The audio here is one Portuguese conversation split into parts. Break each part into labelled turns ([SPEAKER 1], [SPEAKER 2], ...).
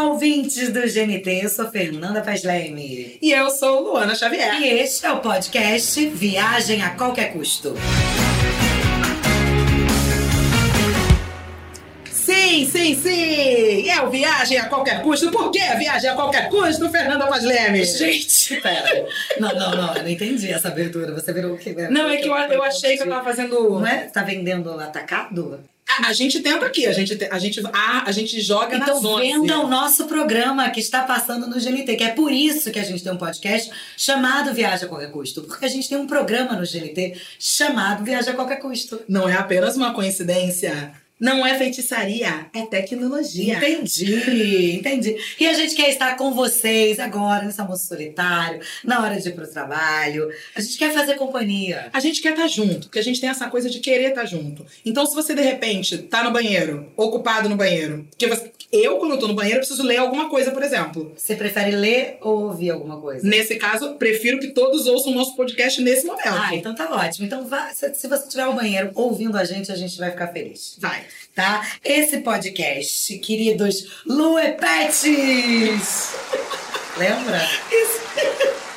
[SPEAKER 1] ouvintes do GNT. Eu sou Fernanda Paz Leme.
[SPEAKER 2] E eu sou Luana Xavier.
[SPEAKER 1] E este é o podcast Viagem a Qualquer Custo.
[SPEAKER 2] Sim, sim, sim! É o Viagem a Qualquer Custo. Por que Viagem a Qualquer Custo, Fernanda Paz Leme?
[SPEAKER 1] Gente, pera. Não, não, não. Eu não entendi essa abertura. Você virou o que? né?
[SPEAKER 2] Não, é que eu, eu achei que eu tava
[SPEAKER 1] Não
[SPEAKER 2] fazendo...
[SPEAKER 1] é? Tá vendendo atacado?
[SPEAKER 2] A, a gente tenta aqui, a gente, te- a gente, a, a gente joga na
[SPEAKER 1] Então
[SPEAKER 2] zona.
[SPEAKER 1] venda o nosso programa que está passando no GNT, que é por isso que a gente tem um podcast chamado Viagem a Qualquer Custo. Porque a gente tem um programa no GNT chamado Viagem a Qualquer Custo.
[SPEAKER 2] Não é apenas uma coincidência. Não é feitiçaria, é tecnologia.
[SPEAKER 1] Entendi, entendi. E a gente quer estar com vocês agora, nesse almoço solitário, na hora de ir pro trabalho. A gente quer fazer companhia.
[SPEAKER 2] A gente quer estar junto, porque a gente tem essa coisa de querer estar junto. Então, se você de repente tá no banheiro, ocupado no banheiro, porque você- eu, quando eu tô no banheiro, eu preciso ler alguma coisa, por exemplo.
[SPEAKER 1] Você prefere ler ou ouvir alguma coisa?
[SPEAKER 2] Nesse caso, prefiro que todos ouçam o nosso podcast nesse momento.
[SPEAKER 1] Ah, então tá ótimo. Então vá, se se você tiver o banheiro ouvindo a gente, a gente vai ficar feliz.
[SPEAKER 2] Vai.
[SPEAKER 1] tá? Esse podcast, queridos Luepetes! Lembra?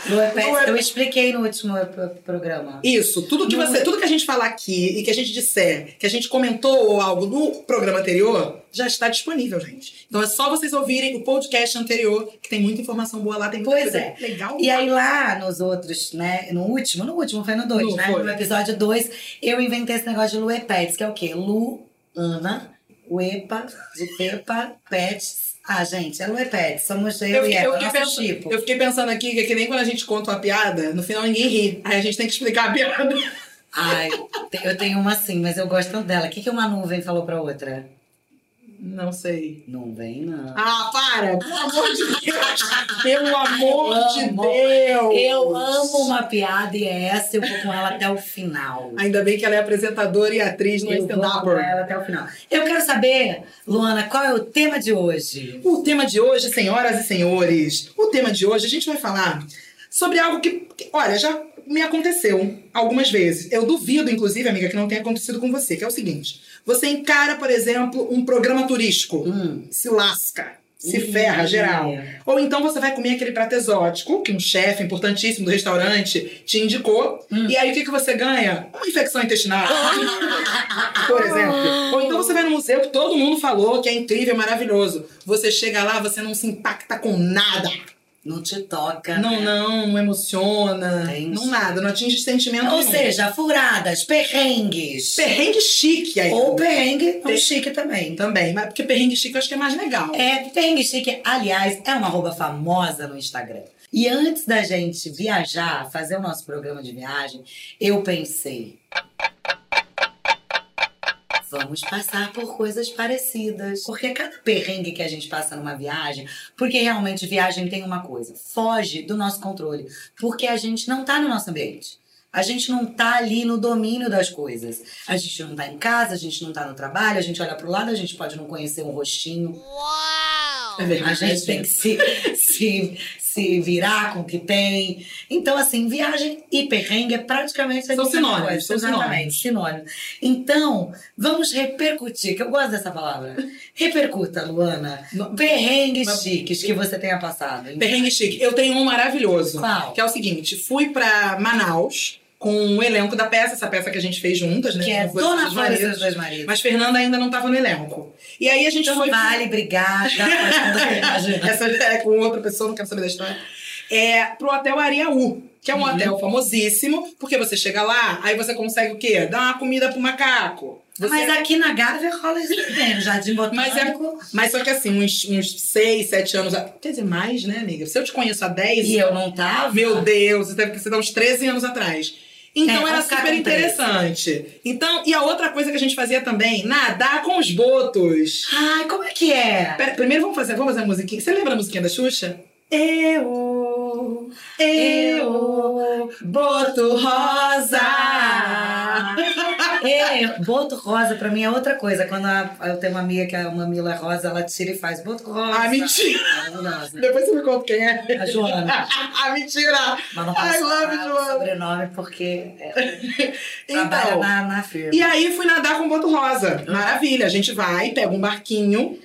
[SPEAKER 1] Luepetes,
[SPEAKER 2] Luepe-
[SPEAKER 1] eu expliquei no último pro- programa.
[SPEAKER 2] Isso, tudo que
[SPEAKER 1] Não
[SPEAKER 2] você,
[SPEAKER 1] é.
[SPEAKER 2] tudo que a gente falar aqui e que a gente disser, que a gente comentou ou algo no programa anterior, já está disponível, gente. Então é só vocês ouvirem o podcast anterior, que tem muita informação boa lá, tem muita
[SPEAKER 1] Pois
[SPEAKER 2] coisa
[SPEAKER 1] é.
[SPEAKER 2] legal.
[SPEAKER 1] E aí lá nos outros, né? No último, no último, foi no 2,
[SPEAKER 2] No,
[SPEAKER 1] né?
[SPEAKER 2] foi.
[SPEAKER 1] No episódio 2, eu inventei esse negócio de Luepetes, que é o quê? Lu, Ana, Uepa, de Pepa, Pets. Ah, gente, é Luepetes, somos eu,
[SPEAKER 2] Eu
[SPEAKER 1] e
[SPEAKER 2] fiquei, eu
[SPEAKER 1] ela,
[SPEAKER 2] fiquei
[SPEAKER 1] nosso
[SPEAKER 2] pensa-
[SPEAKER 1] tipo.
[SPEAKER 2] é, eu fiquei pensando aqui que, é que nem quando a gente conta uma piada, no final ninguém ri. Aí a gente tem que explicar a piada.
[SPEAKER 1] Ai, te- eu tenho uma sim, mas eu gosto tanto dela. O que, que uma nuvem falou pra outra?
[SPEAKER 2] Não sei.
[SPEAKER 1] Não vem, não.
[SPEAKER 2] Ah, para! Pelo amor de Deus! Pelo amor
[SPEAKER 1] Eu
[SPEAKER 2] de
[SPEAKER 1] amo.
[SPEAKER 2] Deus!
[SPEAKER 1] Eu amo uma piada e é essa, eu vou com ela até o final.
[SPEAKER 2] Ainda bem que ela é apresentadora e atriz no
[SPEAKER 1] Eu vou
[SPEAKER 2] stand-up.
[SPEAKER 1] com ela até o final. Eu quero saber, Luana, qual é o tema de hoje?
[SPEAKER 2] O tema de hoje, senhoras e senhores, o tema de hoje a gente vai falar sobre algo que, que, olha, já me aconteceu algumas vezes. Eu duvido, inclusive, amiga, que não tenha acontecido com você, que é o seguinte: você encara, por exemplo, um programa turístico,
[SPEAKER 1] Hum.
[SPEAKER 2] se lasca, se
[SPEAKER 1] Ih,
[SPEAKER 2] ferra geral.
[SPEAKER 1] é.
[SPEAKER 2] Ou então você vai comer aquele prato exótico que um chefe importantíssimo do restaurante te indicou.
[SPEAKER 1] Hum.
[SPEAKER 2] E aí o que, que você ganha? Uma infecção intestinal. por exemplo. Ou então você vai no museu que todo mundo falou que é incrível, maravilhoso. Você chega lá, você não se impacta com nada.
[SPEAKER 1] Não te toca.
[SPEAKER 2] Não, não, não emociona.
[SPEAKER 1] Entendi.
[SPEAKER 2] Não nada, não atinge sentimento
[SPEAKER 1] É Ou
[SPEAKER 2] nenhum.
[SPEAKER 1] seja, furadas, perrengues.
[SPEAKER 2] perrengue chique aí.
[SPEAKER 1] Ou perrengue, é um
[SPEAKER 2] Per-
[SPEAKER 1] chique também.
[SPEAKER 2] Também, mas porque perrengue chique eu acho que é mais legal.
[SPEAKER 1] É, perrengue chique, aliás, é uma arroba famosa no Instagram. E antes da gente viajar, fazer o nosso programa de viagem, eu pensei. Vamos passar por coisas parecidas. Porque cada perrengue que a gente passa numa viagem, porque realmente viagem tem uma coisa, foge do nosso controle. Porque a gente não tá no nosso ambiente. A gente não tá ali no domínio das coisas. A gente não tá em casa, a gente não tá no trabalho, a gente olha pro lado, a gente pode não conhecer um rostinho.
[SPEAKER 2] É
[SPEAKER 1] A gente tem que se, se, se virar com o que tem. Então, assim, viagem e perrengue é praticamente a
[SPEAKER 2] São
[SPEAKER 1] mesma
[SPEAKER 2] sinônimos,
[SPEAKER 1] coisa.
[SPEAKER 2] são
[SPEAKER 1] Exatamente, sinônimos. Então, vamos repercutir, que eu gosto dessa palavra. Repercuta, Luana.
[SPEAKER 2] No-
[SPEAKER 1] Perrengues
[SPEAKER 2] Mas-
[SPEAKER 1] chiques que você tenha passado. Então,
[SPEAKER 2] Perrengue chique. Eu tenho um maravilhoso.
[SPEAKER 1] Qual?
[SPEAKER 2] Que é o seguinte: fui pra Manaus com o elenco da peça, essa peça que a gente fez juntas, né?
[SPEAKER 1] Que é
[SPEAKER 2] Com vocês,
[SPEAKER 1] Dona
[SPEAKER 2] os
[SPEAKER 1] Flora e
[SPEAKER 2] maridos.
[SPEAKER 1] seus dois maridos.
[SPEAKER 2] Mas Fernanda ainda não tava no elenco. E aí a gente
[SPEAKER 1] Então,
[SPEAKER 2] foi.
[SPEAKER 1] vale, obrigada. Mas quando você imagina.
[SPEAKER 2] Essa é com outra pessoa, não quero saber da história. É pro Hotel Ariaú, que
[SPEAKER 1] Uhum.
[SPEAKER 2] é um hotel famosíssimo, porque você chega lá, aí você consegue o quê? Dar uma comida pro macaco. Você- é
[SPEAKER 1] Mas aqui na Gávea rola isso também, no Jardim Botânico.
[SPEAKER 2] Mas é- Mas só que assim, uns, uns seis, sete anos. a- Quer dizer, mais, né, amiga? Se eu te conheço há 10,
[SPEAKER 1] E eu não tava.
[SPEAKER 2] Meu Deus, isso deve ter sido há uns 13 anos atrás.
[SPEAKER 1] É,
[SPEAKER 2] Então
[SPEAKER 1] vou
[SPEAKER 2] era
[SPEAKER 1] ficar
[SPEAKER 2] super
[SPEAKER 1] com treze.
[SPEAKER 2] interessante. Então, e a outra coisa que a gente fazia também, nadar com os botos.
[SPEAKER 1] Ai, como é que é?
[SPEAKER 2] Pera, primeiro vamos fazer, vamos fazer a musiquinha. Você lembra a musiquinha da Xuxa? Eu,
[SPEAKER 1] eu,
[SPEAKER 2] boto
[SPEAKER 1] rosa. É, boto rosa pra mim é outra coisa. Quando a- eu tenho uma amiga que a mamila é rosa, ela tira e faz boto rosa.
[SPEAKER 2] Ah, mentira.
[SPEAKER 1] Maravilhosa.
[SPEAKER 2] Depois você me conta quem é.
[SPEAKER 1] A Joana.
[SPEAKER 2] ah, mentira.
[SPEAKER 1] Mas não
[SPEAKER 2] I
[SPEAKER 1] posso falar
[SPEAKER 2] love Joana.
[SPEAKER 1] o sobrenome porque ela trabalha
[SPEAKER 2] Então,
[SPEAKER 1] na, na firma.
[SPEAKER 2] e aí fui nadar com o boto rosa. Maravilha, a gente vai, pega um barquinho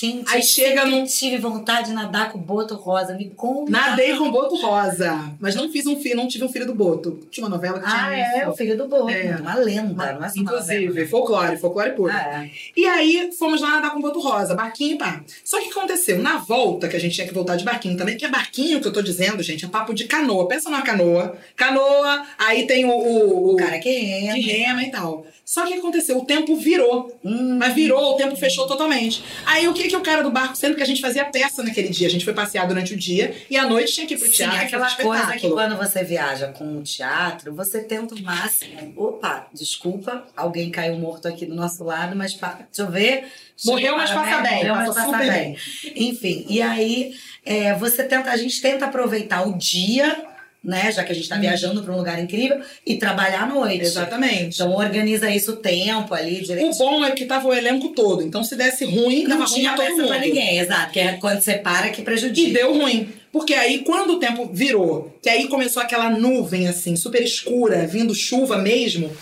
[SPEAKER 1] Gente,
[SPEAKER 2] Aí
[SPEAKER 1] eu
[SPEAKER 2] chega
[SPEAKER 1] sempre
[SPEAKER 2] num-
[SPEAKER 1] tive vontade de nadar com o boto rosa. Me conta.
[SPEAKER 2] Nadei com o Boto Rosa, mas não fiz um filho, não tive um filho do Boto. Tinha uma novela que tinha
[SPEAKER 1] Ah, é,
[SPEAKER 2] isso.
[SPEAKER 1] o filho do boto.
[SPEAKER 2] É.
[SPEAKER 1] Uma lenda, não é só uma
[SPEAKER 2] Inclusive, folclore, folclore puro.
[SPEAKER 1] novela. Ah, é.
[SPEAKER 2] E aí fomos lá nadar com o Boto Rosa, barquinho e pá. Só que o que aconteceu? Na volta, que a gente tinha que voltar de barquinho também, que é barquinho que eu tô dizendo, gente, é papo de canoa. Pensa numa canoa. Canoa, aí tem o, o, o-
[SPEAKER 1] O cara que é.
[SPEAKER 2] de rema e tal. Só que o que aconteceu? O tempo virou.
[SPEAKER 1] Hum,
[SPEAKER 2] Mas virou, o tempo fechou totalmente. Aí o que que o cara do barco, sendo que a gente fazia peça naquele dia, a gente foi passear durante o dia e à noite tinha que ir pro
[SPEAKER 1] Sim,
[SPEAKER 2] teatro,
[SPEAKER 1] aquela
[SPEAKER 2] pro
[SPEAKER 1] coisa que
[SPEAKER 2] espetáculo.
[SPEAKER 1] quando você viaja com o teatro, você tenta o máximo. Opa, desculpa, alguém caiu morto aqui do nosso lado, mas pa- deixa eu ver.
[SPEAKER 2] Morreu, mas
[SPEAKER 1] Chegou,
[SPEAKER 2] passa
[SPEAKER 1] né?
[SPEAKER 2] bem,
[SPEAKER 1] Morreu, mas
[SPEAKER 2] passa
[SPEAKER 1] passa
[SPEAKER 2] super
[SPEAKER 1] bem. Enfim, e aí é, você tenta, a gente tenta aproveitar o dia, né? Já que a gente está
[SPEAKER 2] Hum.
[SPEAKER 1] viajando para um lugar incrível, e trabalhar à noite.
[SPEAKER 2] Exatamente.
[SPEAKER 1] Então organiza isso o tempo ali direitinho.
[SPEAKER 2] O bom é que tava o elenco todo, então se desse ruim,
[SPEAKER 1] Não
[SPEAKER 2] tava ruim
[SPEAKER 1] tinha
[SPEAKER 2] pra todo
[SPEAKER 1] peça
[SPEAKER 2] mundo.
[SPEAKER 1] pra ninguém, exato. Que é quando você para que prejudica.
[SPEAKER 2] E deu ruim. Porque aí, quando o tempo virou, que aí começou aquela nuvem, assim, super escura, vindo chuva mesmo. O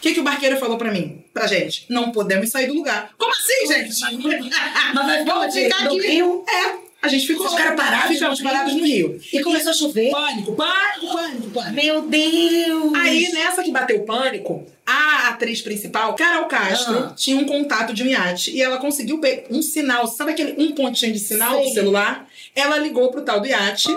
[SPEAKER 2] que, que o barqueiro falou pra mim? Pra gente? Não podemos sair do lugar. Como assim, gente?
[SPEAKER 1] Mas vai
[SPEAKER 2] Vamos
[SPEAKER 1] onde?
[SPEAKER 2] ficar
[SPEAKER 1] No
[SPEAKER 2] aqui.
[SPEAKER 1] Rio?
[SPEAKER 2] É, a gente ficou.
[SPEAKER 1] Vocês ficaram parados
[SPEAKER 2] Ficamos
[SPEAKER 1] no Rio?
[SPEAKER 2] parados no Rio.
[SPEAKER 1] E começou a chover.
[SPEAKER 2] Pânico, pânico, pânico, pânico.
[SPEAKER 1] Meu Deus!
[SPEAKER 2] Aí, né, nessa que bateu pânico, a atriz principal, Carol Castro,
[SPEAKER 1] Ah.
[SPEAKER 2] tinha um contato de um iate e ela conseguiu pe- um sinal, sabe aquele um pontinho de sinal do
[SPEAKER 1] Sei.
[SPEAKER 2] celular? Ela ligou pro tal do iate.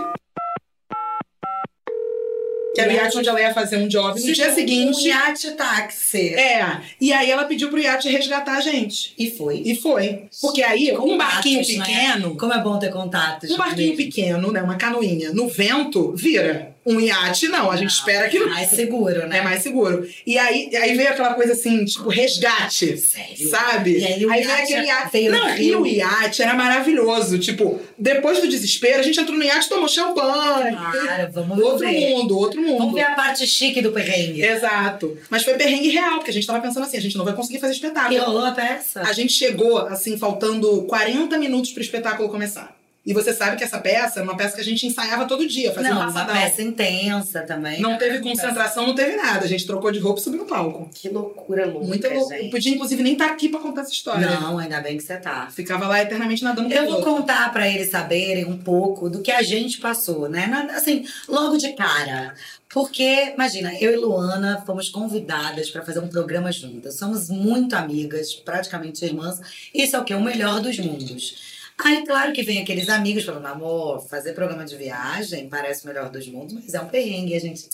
[SPEAKER 2] Que era o iate onde ela ia fazer um job no dia
[SPEAKER 1] Um
[SPEAKER 2] seguinte.
[SPEAKER 1] iate táxi.
[SPEAKER 2] É, e aí ela pediu pro iate resgatar a gente.
[SPEAKER 1] E foi.
[SPEAKER 2] E foi. Porque aí, um barquinho
[SPEAKER 1] Contatos, né?
[SPEAKER 2] pequeno,
[SPEAKER 1] Como é bom ter contatos.
[SPEAKER 2] um barquinho pequeno, né, uma canoinha, no vento, vira. Um iate, não, a gente
[SPEAKER 1] Não.
[SPEAKER 2] espera que não.
[SPEAKER 1] Mais seguro, né?
[SPEAKER 2] É mais seguro. E aí, aí veio aquela coisa assim, tipo, resgate.
[SPEAKER 1] Sério.
[SPEAKER 2] Sabe?
[SPEAKER 1] E aí o
[SPEAKER 2] veio
[SPEAKER 1] iate
[SPEAKER 2] aquele iate.
[SPEAKER 1] veio
[SPEAKER 2] Não,
[SPEAKER 1] no
[SPEAKER 2] e o
[SPEAKER 1] rio.
[SPEAKER 2] iate era maravilhoso. Tipo, depois do desespero, a gente entrou no iate, tomou champanhe.
[SPEAKER 1] Cara, Ah, vamos
[SPEAKER 2] outro
[SPEAKER 1] ver.
[SPEAKER 2] mundo, outro mundo.
[SPEAKER 1] Vamos ver a parte chique do perrengue.
[SPEAKER 2] Exato. Mas foi perrengue real, porque a gente tava pensando assim, a gente não vai conseguir fazer
[SPEAKER 1] E
[SPEAKER 2] espetáculo.
[SPEAKER 1] rolou a peça?
[SPEAKER 2] A gente chegou, assim, faltando 40 minutos pro espetáculo começar. E você sabe que essa peça é uma peça que a gente ensaiava todo dia, fazia um
[SPEAKER 1] Não, uma
[SPEAKER 2] passadão.
[SPEAKER 1] peça intensa também.
[SPEAKER 2] Não teve concentração, não teve nada. A gente trocou de roupa e subiu no palco.
[SPEAKER 1] Que loucura louca,
[SPEAKER 2] Muita loucura. Eu
[SPEAKER 1] gente.
[SPEAKER 2] podia, inclusive, nem estar aqui pra contar essa história.
[SPEAKER 1] Não, ainda bem que você tá.
[SPEAKER 2] Ficava lá eternamente nadando com
[SPEAKER 1] Eu
[SPEAKER 2] o
[SPEAKER 1] vou
[SPEAKER 2] outro.
[SPEAKER 1] contar pra eles saberem um pouco do que a gente passou, né? Na- Assim, logo de cara. Porque, imagina, eu e Luana fomos convidadas pra fazer um programa juntas. Somos muito amigas, praticamente irmãs. Isso é o que? O melhor dos mundos. Aí, claro que vem aqueles amigos falando, amor, fazer programa de viagem parece o melhor dos mundos, mas é um perrengue. E a gente,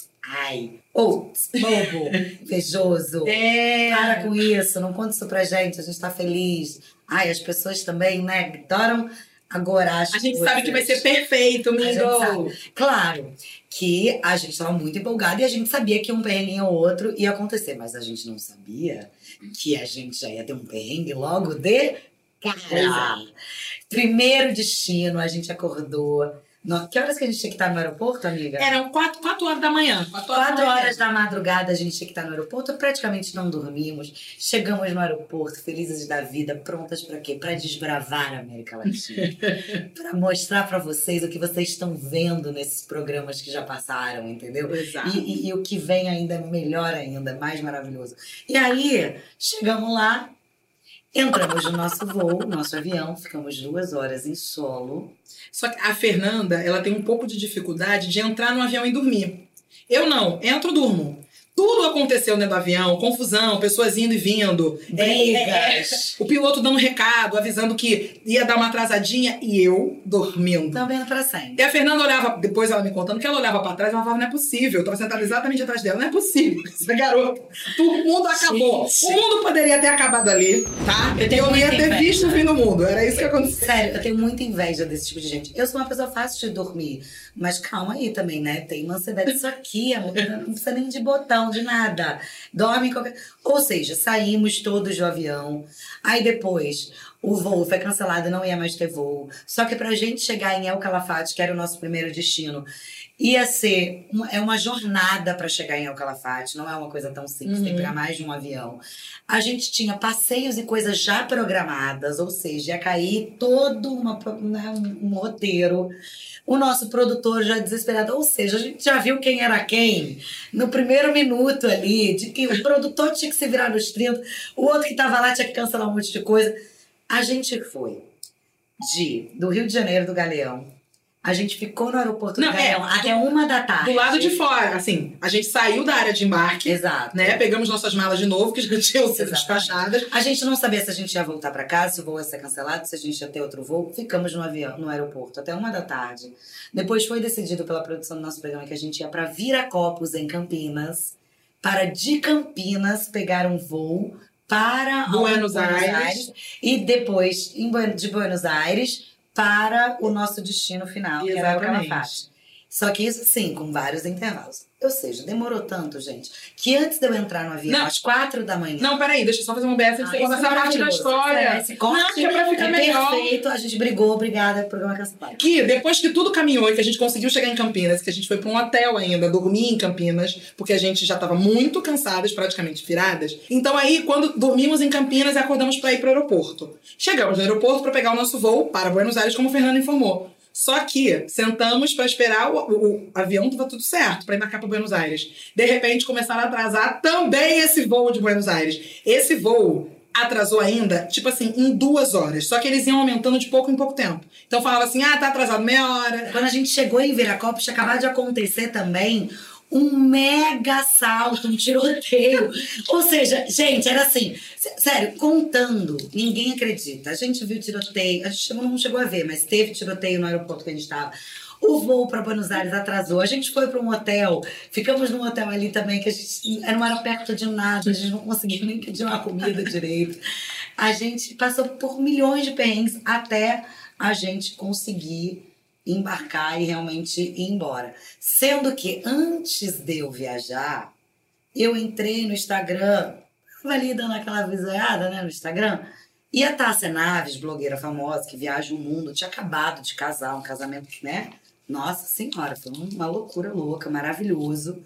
[SPEAKER 1] ai, ou, bobo, invejoso.
[SPEAKER 2] É.
[SPEAKER 1] Para com isso, não conta isso pra gente, a gente tá feliz. Ai, as pessoas também, né, adoram agora as
[SPEAKER 2] A gente
[SPEAKER 1] coisas.
[SPEAKER 2] sabe que vai ser perfeito, Mingo.
[SPEAKER 1] gente Claro que a gente estava muito empolgada e a gente sabia que um perrengue ou outro ia acontecer, mas a gente não sabia que a gente já ia ter um perrengue logo de cara.
[SPEAKER 2] é.
[SPEAKER 1] Primeiro destino, a gente acordou. No- Que horas que a gente tinha que estar no aeroporto, amiga?
[SPEAKER 2] Eram 4, quatro horas da manhã. 4
[SPEAKER 1] Quatro horas da madrugada a gente tinha que estar no aeroporto, praticamente não dormimos. Chegamos no aeroporto, felizes da vida, prontas para quê? Para desbravar a América Latina. para mostrar para vocês o que vocês estão vendo nesses programas que já passaram, entendeu?
[SPEAKER 2] Exato.
[SPEAKER 1] E, e- e o que vem ainda é melhor ainda, mais maravilhoso. E aí, chegamos lá, entramos no nosso voo, nosso avião, ficamos duas horas em solo.
[SPEAKER 2] Só que a Fernanda, ela tem um pouco de dificuldade de entrar no avião e dormir. Eu não, entro, durmo. Tudo aconteceu dentro do avião, confusão, pessoas indo e vindo. É, é, é.
[SPEAKER 1] Brigas!
[SPEAKER 2] O piloto dando recado, avisando que ia dar uma atrasadinha e eu dormindo.
[SPEAKER 1] Estão vendo para sempre.
[SPEAKER 2] E a Fernanda olhava, depois ela me contando que ela olhava pra trás e ela falava: não é possível, eu tava sentada exatamente atrás dela, não é possível, essa garota. Tu- O mundo acabou.
[SPEAKER 1] Gente.
[SPEAKER 2] O mundo poderia ter acabado ali, tá?
[SPEAKER 1] Eu tenho é.
[SPEAKER 2] Eu não ia
[SPEAKER 1] muita
[SPEAKER 2] ter
[SPEAKER 1] inveja.
[SPEAKER 2] visto o fim do mundo, era isso que aconteceu.
[SPEAKER 1] Sério, eu tenho muita inveja desse tipo de gente. Eu sou uma pessoa fácil de dormir, mas calma aí também, né? Tem uma ansiedade isso aqui, amor, não precisa nem de botão, de nada. Dorme em qualquer. Ou seja, saímos todos do avião. Aí depois, O voo foi cancelado, não ia mais ter voo. Só que pra gente chegar em El Calafate, que era o nosso primeiro destino, ia ser uma, é uma jornada para chegar em El Calafate, não é uma coisa tão simples, tem que pegar mais de um avião. A gente tinha passeios e coisas já programadas, ou seja, ia cair todo uma, né, um, um roteiro. O nosso produtor já desesperado, ou seja, a gente já viu quem era quem no primeiro minuto ali, de que o produtor tinha que se virar nos 30, o outro que estava lá tinha que cancelar um monte de coisa. A gente foi de do Rio de Janeiro do Galeão. A gente ficou no aeroporto
[SPEAKER 2] Não,
[SPEAKER 1] do
[SPEAKER 2] é,
[SPEAKER 1] Galeão até uma da tarde.
[SPEAKER 2] Do lado de fora, assim, a gente saiu da área de embarque,
[SPEAKER 1] Exato.
[SPEAKER 2] né? Pegamos nossas malas de novo, que já tinham sido
[SPEAKER 1] Exatamente.
[SPEAKER 2] despachadas.
[SPEAKER 1] A gente não sabia se a gente ia voltar para casa, se o voo ia ser cancelado, se a gente ia ter outro voo. Ficamos no avião, no aeroporto até uma da tarde. Depois foi decidido pela produção do nosso programa que a gente ia para Viracopos, em Campinas, para de Campinas pegar um voo para
[SPEAKER 2] Buenos Aires.
[SPEAKER 1] e depois em Buen- de Buenos Aires para o nosso destino final, que era o
[SPEAKER 2] Exatamente.
[SPEAKER 1] Calafate. Só que isso, sim, com vários intervalos. Ou seja, demorou tanto, gente, que antes de eu entrar no avião,
[SPEAKER 2] Não.
[SPEAKER 1] às quatro da manhã,
[SPEAKER 2] Não, peraí, deixa eu só fazer um BS antes de
[SPEAKER 1] ah,
[SPEAKER 2] você contar
[SPEAKER 1] isso
[SPEAKER 2] essa
[SPEAKER 1] é
[SPEAKER 2] parte da
[SPEAKER 1] maravilhoso. É,
[SPEAKER 2] história.
[SPEAKER 1] Esse corte
[SPEAKER 2] Não, que é pra ficar
[SPEAKER 1] é
[SPEAKER 2] melhor.
[SPEAKER 1] perfeito. A gente brigou, obrigada. Programa cancelado.
[SPEAKER 2] Que depois que tudo caminhou e que a gente conseguiu chegar em Campinas, que a gente foi pra um hotel ainda, dormir em Campinas, porque a gente já tava muito cansadas, praticamente viradas. Então aí, quando dormimos em Campinas, acordamos pra ir pro aeroporto. Chegamos no aeroporto pra pegar o nosso voo para Buenos Aires, como o Fernando informou. Só que sentamos pra esperar o, o- o avião, tava tudo certo, pra embarcar pra Buenos Aires. De repente começaram a atrasar também esse voo de Buenos Aires. Esse voo atrasou ainda, tipo assim, em duas horas. Só que eles iam aumentando de pouco em pouco tempo. Então falava assim, ah, tá atrasado meia hora.
[SPEAKER 1] Quando a gente chegou em Viracopos, tinha acabado de acontecer também um mega assalto, um tiroteio. Ou seja, gente, era assim, sé- sério, contando, ninguém acredita. A gente viu tiroteio, a gente chegou- não chegou a ver, mas teve tiroteio no aeroporto que a gente estava. O voo para Buenos Aires atrasou. A gente foi para um hotel, ficamos num hotel ali também, que a gente não era um perto de nada, a gente não conseguiu nem pedir uma comida direito. A gente passou por milhões de perrengues até a gente conseguir embarcar e realmente ir embora. Sendo que antes de eu viajar, eu entrei no Instagram, tava ali dando aquela visada né, no Instagram, e a Tássia Naves, blogueira famosa que viaja o mundo, tinha acabado de casar, um casamento, né? Nossa Senhora, foi uma loucura louca, maravilhoso.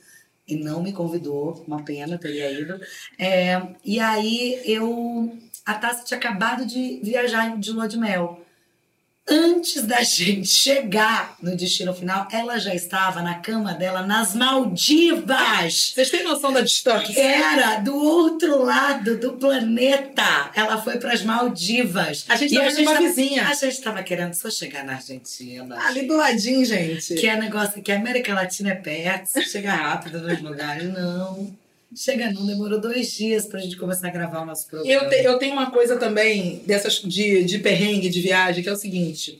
[SPEAKER 1] E não me convidou, uma pena, eu teria ido. É, e aí eu. A Tássia tinha acabado de viajar de lua de mel antes da gente chegar no destino final, ela já estava na cama dela nas Maldivas.
[SPEAKER 2] Vocês têm noção da distância?
[SPEAKER 1] Era do outro lado do planeta. Ela foi para as Maldivas.
[SPEAKER 2] A gente
[SPEAKER 1] E
[SPEAKER 2] tava
[SPEAKER 1] a
[SPEAKER 2] com uma
[SPEAKER 1] tava-
[SPEAKER 2] vizinha. Ah,
[SPEAKER 1] A gente estava querendo só chegar na Argentina.
[SPEAKER 2] Ali do ladinho, gente.
[SPEAKER 1] Que é negócio que a América Latina é perto, você chega rápido nos lugares. Não. Chega não, demorou dois dias pra gente começar a gravar o nosso programa.
[SPEAKER 2] Eu, te- eu tenho uma coisa também dessas de, de perrengue de viagem, que é o seguinte.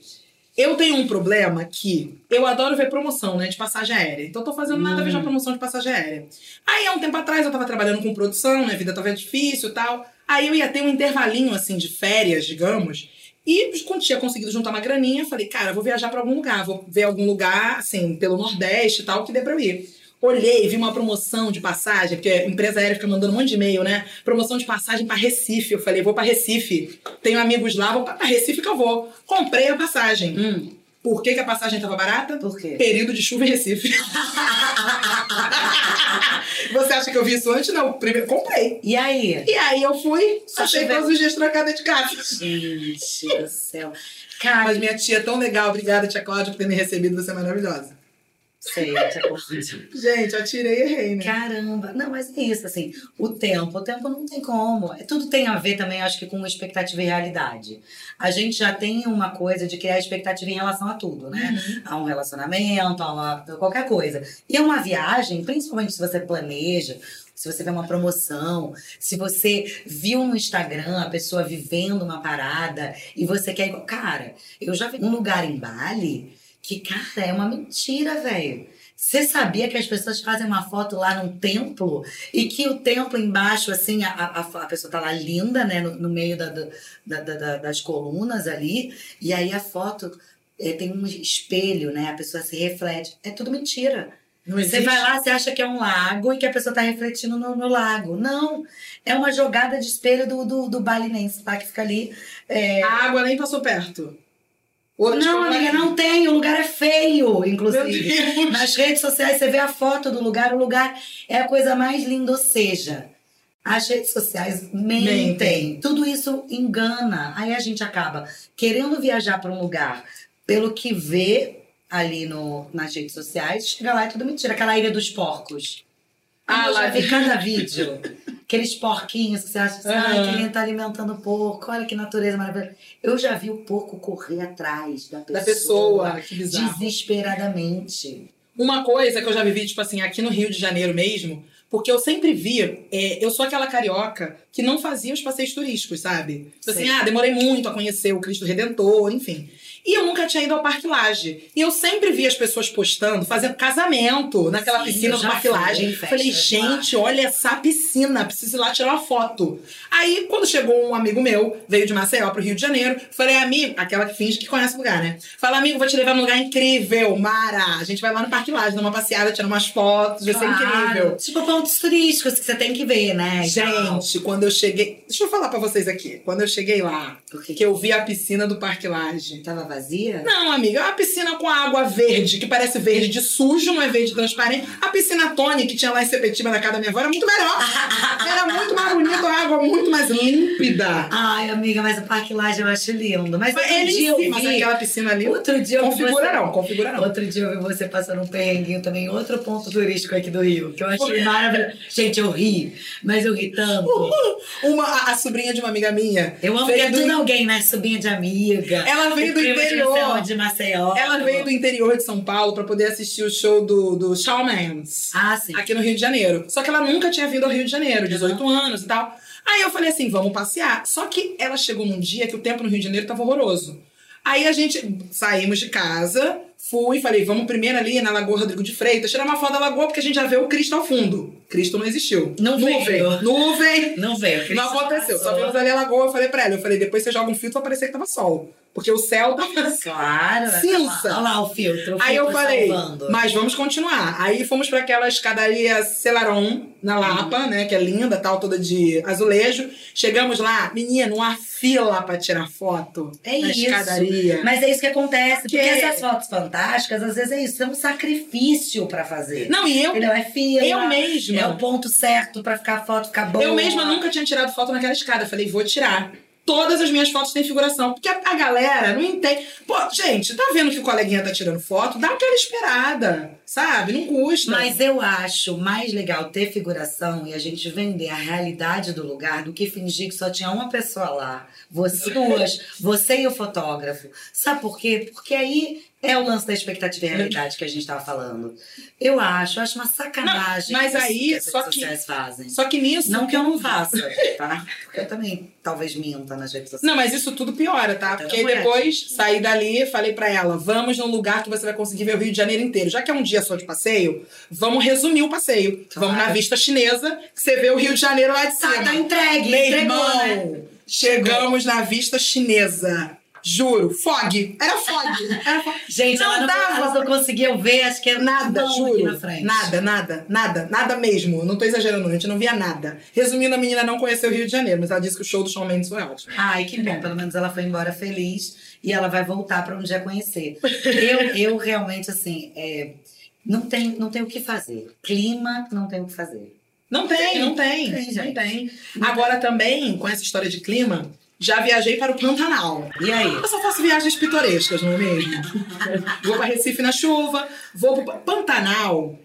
[SPEAKER 2] Eu tenho um problema que eu adoro ver promoção, né, de passagem aérea. Então eu tô fazendo nada a ver já promoção de passagem aérea. Aí há um tempo atrás eu tava trabalhando com produção, minha vida tava difícil e tal. Aí eu ia ter um intervalinho assim de férias, digamos. E quando tinha conseguido juntar uma graninha, falei, cara, vou viajar pra algum lugar, vou ver algum lugar assim, pelo Nordeste e tal, que dê pra eu ir. Olhei, vi uma promoção de passagem, porque a empresa aérea fica mandando um monte de e-mail, né? Promoção de passagem pra Recife. Eu falei, vou pra Recife. Tenho amigos lá, vou pra pra Recife que eu vou. Comprei a passagem.
[SPEAKER 1] Hum,
[SPEAKER 2] Por que, que a passagem tava barata?
[SPEAKER 1] por quê?
[SPEAKER 2] Período de chuva em Recife. Você acha que eu vi isso antes? Não. Primeiro, comprei.
[SPEAKER 1] E aí?
[SPEAKER 2] E aí eu fui,
[SPEAKER 1] Só
[SPEAKER 2] achei
[SPEAKER 1] choveu.
[SPEAKER 2] todos os dias trancada de casa.
[SPEAKER 1] Gente do céu. Cara,
[SPEAKER 2] Mas minha tia é tão legal, obrigada, tia Cláudia, por ter me recebido, você é maravilhosa.
[SPEAKER 1] Sei, eu te acompanho.
[SPEAKER 2] Gente, eu tirei e errei, né?
[SPEAKER 1] Caramba! Não, mas é isso, assim, o tempo, o tempo não tem como. É, Tudo tem a ver também, acho que, com expectativa e realidade. A gente já tem uma coisa de criar expectativa em relação a tudo, né? A um relacionamento, a uma- a qualquer coisa. E é uma viagem, principalmente se você planeja, se você vê uma promoção, se você viu no Instagram a pessoa vivendo uma parada e você quer. igual- Cara, eu já vi um lugar em Bali que, cara, é uma mentira, velho. Você sabia que as pessoas fazem uma foto lá num templo e que o templo embaixo, assim, a, a, a pessoa tá lá linda, né, no, no meio da, do- da- da- da- das colunas ali, e aí a foto eh, tem um espelho, né, a pessoa se reflete. É tudo mentira.
[SPEAKER 2] Não
[SPEAKER 1] Você
[SPEAKER 2] existe.
[SPEAKER 1] vai lá, você acha que é um lago e que a pessoa tá refletindo no, no lago. Não. É uma jogada de espelho do, do, do balinense, tá? Que fica ali. é,
[SPEAKER 2] A água nem passou perto. Outro
[SPEAKER 1] Não,
[SPEAKER 2] problema.
[SPEAKER 1] amiga, não tem. O lugar é feio,
[SPEAKER 2] Meu
[SPEAKER 1] inclusive.
[SPEAKER 2] Deus.
[SPEAKER 1] Nas redes sociais você vê a foto do lugar, o lugar é a coisa mais linda. Ou seja, as redes sociais mentem.
[SPEAKER 2] Mentem.
[SPEAKER 1] Tudo isso engana. Aí a gente acaba querendo viajar para um lugar pelo que vê ali no, nas redes sociais, chega lá e tudo mentira. Aquela ilha dos porcos.
[SPEAKER 2] Ah,
[SPEAKER 1] Ah, eu
[SPEAKER 2] lá
[SPEAKER 1] já vi
[SPEAKER 2] vi.
[SPEAKER 1] cada vídeo. Aqueles porquinhos que você acha assim,
[SPEAKER 2] Aham.
[SPEAKER 1] ai, que lindo, tá alimentando o porco, olha que natureza maravilhosa. Eu já vi o porco correr atrás da pessoa.
[SPEAKER 2] Da pessoa, que bizarro.
[SPEAKER 1] Desesperadamente.
[SPEAKER 2] Uma coisa que eu já vivi, tipo assim, aqui no Rio de Janeiro mesmo, porque eu sempre vi, é, eu sou aquela carioca que não fazia os passeios turísticos, sabe? Tipo assim,
[SPEAKER 1] Sei.
[SPEAKER 2] ah, demorei muito a conhecer o Cristo Redentor, enfim. E eu nunca tinha ido ao Parque Laje. E eu sempre vi as pessoas postando, fazendo casamento naquela
[SPEAKER 1] Sim,
[SPEAKER 2] piscina
[SPEAKER 1] eu
[SPEAKER 2] do
[SPEAKER 1] já
[SPEAKER 2] Parque
[SPEAKER 1] fui
[SPEAKER 2] Laje.
[SPEAKER 1] em festas
[SPEAKER 2] Falei,
[SPEAKER 1] lá.
[SPEAKER 2] gente, olha essa piscina, preciso ir lá tirar uma foto. Aí, quando chegou um amigo meu, veio de Maceió pro Rio de Janeiro, falei, amigo, aquela que finge que conhece o lugar, né? Fala, amigo, vou te levar num lugar incrível, Mara. A gente vai lá no Parque Laje, numa passeada, tirar umas fotos, vai ser incrível.
[SPEAKER 1] Tipo pontos turísticos que você tem que ver, né? e tal.
[SPEAKER 2] Gente, quando eu cheguei. Deixa eu falar pra vocês aqui. Quando eu cheguei lá,
[SPEAKER 1] Porque
[SPEAKER 2] que eu vi a piscina do Parque Laje.
[SPEAKER 1] tava vazia?
[SPEAKER 2] Não, amiga, é uma piscina com água verde, que parece verde de sujo, não é verde transparente. A piscina Tony, que tinha lá em Sepetiba na casa da minha avó, era muito melhor. Era muito mais bonita, a água muito mais límpida.
[SPEAKER 1] Ai, amiga, mas o Parque Laje eu acho lindo. Mas
[SPEAKER 2] Mas
[SPEAKER 1] outro
[SPEAKER 2] ele
[SPEAKER 1] dia
[SPEAKER 2] em si,
[SPEAKER 1] eu
[SPEAKER 2] mas
[SPEAKER 1] vi...
[SPEAKER 2] aquela piscina ali.
[SPEAKER 1] Outro dia eu vi
[SPEAKER 2] Configura
[SPEAKER 1] você...
[SPEAKER 2] não, configura não.
[SPEAKER 1] Outro dia eu vi você passando um perrenguinho também, outro ponto turístico aqui do Rio, que eu achei maravilhoso. Gente, eu ri, mas eu ri tanto.
[SPEAKER 2] Uma, a, a sobrinha de uma amiga minha.
[SPEAKER 1] Eu amo que
[SPEAKER 2] veio
[SPEAKER 1] é
[SPEAKER 2] do
[SPEAKER 1] tudo alguém, né? Sobrinha de amiga.
[SPEAKER 2] Ela veio
[SPEAKER 1] o
[SPEAKER 2] do
[SPEAKER 1] primo
[SPEAKER 2] interior.
[SPEAKER 1] De Maceió, de Maceió.
[SPEAKER 2] Ela veio do interior de São Paulo pra poder assistir o show do, do Shawn Mendes.
[SPEAKER 1] Ah, sim.
[SPEAKER 2] Aqui no Rio de Janeiro. Só que ela nunca tinha vindo ao Rio de Janeiro, 18 anos e tal. Aí eu falei assim, vamos passear. Só que ela chegou num dia que o tempo no Rio de Janeiro tava horroroso. Aí a gente saímos de casa, fui e falei, vamos primeiro ali na Lagoa Rodrigo de Freitas, tirar uma foto da lagoa porque a gente já vê o Cristo ao fundo. Cristo não existiu.
[SPEAKER 1] Não
[SPEAKER 2] Nuvem.
[SPEAKER 1] veio.
[SPEAKER 2] Nuvem.
[SPEAKER 1] Não veio. aquele
[SPEAKER 2] Não aconteceu. Só
[SPEAKER 1] passou.
[SPEAKER 2] vimos ali a lagoa, eu falei pra ela, eu falei, depois você joga um filtro, vai parecer que tava sol. Porque o céu tava
[SPEAKER 1] Claro. né?
[SPEAKER 2] Cinza.
[SPEAKER 1] Olha lá o filtro. o
[SPEAKER 2] Aí eu
[SPEAKER 1] filtro tá
[SPEAKER 2] falei,
[SPEAKER 1] salvando.
[SPEAKER 2] mas vamos continuar. Aí fomos pra aquela escadaria Celaron, na Lapa,
[SPEAKER 1] Uhum.
[SPEAKER 2] né? Que é linda, tal, toda de azulejo. Chegamos lá, menina, uma fila pra tirar foto.
[SPEAKER 1] É
[SPEAKER 2] na
[SPEAKER 1] isso.
[SPEAKER 2] escadaria.
[SPEAKER 1] Mas é isso que acontece.
[SPEAKER 2] Porque-
[SPEAKER 1] Porque essas fotos fantásticas, às vezes é isso. É um sacrifício pra fazer.
[SPEAKER 2] Não, e eu,
[SPEAKER 1] Entendeu? É fila.
[SPEAKER 2] eu
[SPEAKER 1] É o
[SPEAKER 2] mesma.
[SPEAKER 1] ponto certo pra ficar a foto ficar boa.
[SPEAKER 2] eu mesma nunca tinha tirado foto naquela escada. Falei, vou tirar. Todas as minhas fotos têm figuração. Porque a, a galera não entende. Pô, gente, tá vendo que o coleguinha tá tirando foto? Dá aquela esperada, sabe? Não custa.
[SPEAKER 1] Mas eu acho mais legal ter figuração e a gente vender a realidade do lugar do que fingir que só tinha uma pessoa lá. Você, duas, você e o fotógrafo. Sabe por quê? Porque aí é o lance da expectativa e realidade que a gente tava falando. Eu acho, eu acho uma sacanagem.
[SPEAKER 2] Não, mas
[SPEAKER 1] isso
[SPEAKER 2] aí,
[SPEAKER 1] que as redes
[SPEAKER 2] só que-
[SPEAKER 1] sociais fazem.
[SPEAKER 2] Só que nisso.
[SPEAKER 1] Não que eu não faça, tá? Porque eu também talvez minta nas redes sociais.
[SPEAKER 2] Não, mas isso tudo piora, tá?
[SPEAKER 1] Então,
[SPEAKER 2] Porque aí
[SPEAKER 1] não é.
[SPEAKER 2] depois saí dali, falei pra ela: vamos num lugar que você vai conseguir ver o Rio de Janeiro inteiro. Já que é um dia só de passeio, vamos resumir o passeio.
[SPEAKER 1] Claro.
[SPEAKER 2] Vamos na vista chinesa, que você vê o Rio de Janeiro lá de
[SPEAKER 1] Tá,
[SPEAKER 2] cima.
[SPEAKER 1] tá entregue,
[SPEAKER 2] Meu
[SPEAKER 1] entregou,
[SPEAKER 2] irmão,
[SPEAKER 1] né?
[SPEAKER 2] chegamos na vista chinesa. Juro, fog. Era fog. Era fog.
[SPEAKER 1] Gente,
[SPEAKER 2] Não
[SPEAKER 1] ela não,
[SPEAKER 2] dava.
[SPEAKER 1] ela não conseguiu ver, acho que é
[SPEAKER 2] Nada,
[SPEAKER 1] não, aqui
[SPEAKER 2] juro.
[SPEAKER 1] na frente.
[SPEAKER 2] Nada, nada, nada, nada mesmo. Não tô exagerando, a gente não via nada. Resumindo, a menina não conheceu o Rio de Janeiro, mas ela disse que o show do Shawn Mendes foi ótimo.
[SPEAKER 1] Ai, que bom. Pelo menos ela foi embora feliz e ela vai voltar para um dia conhecer. Eu, eu realmente, assim, é, não, tem, não tem o que fazer. Clima, não tem o que fazer.
[SPEAKER 2] Não tem, não tem.
[SPEAKER 1] Tem,
[SPEAKER 2] não
[SPEAKER 1] gente.
[SPEAKER 2] tem. Agora também, com essa história de clima, já viajei para o Pantanal.
[SPEAKER 1] E aí?
[SPEAKER 2] Eu só faço viagens pitorescas, não é mesmo? vou para Recife na chuva, vou para Pantanal.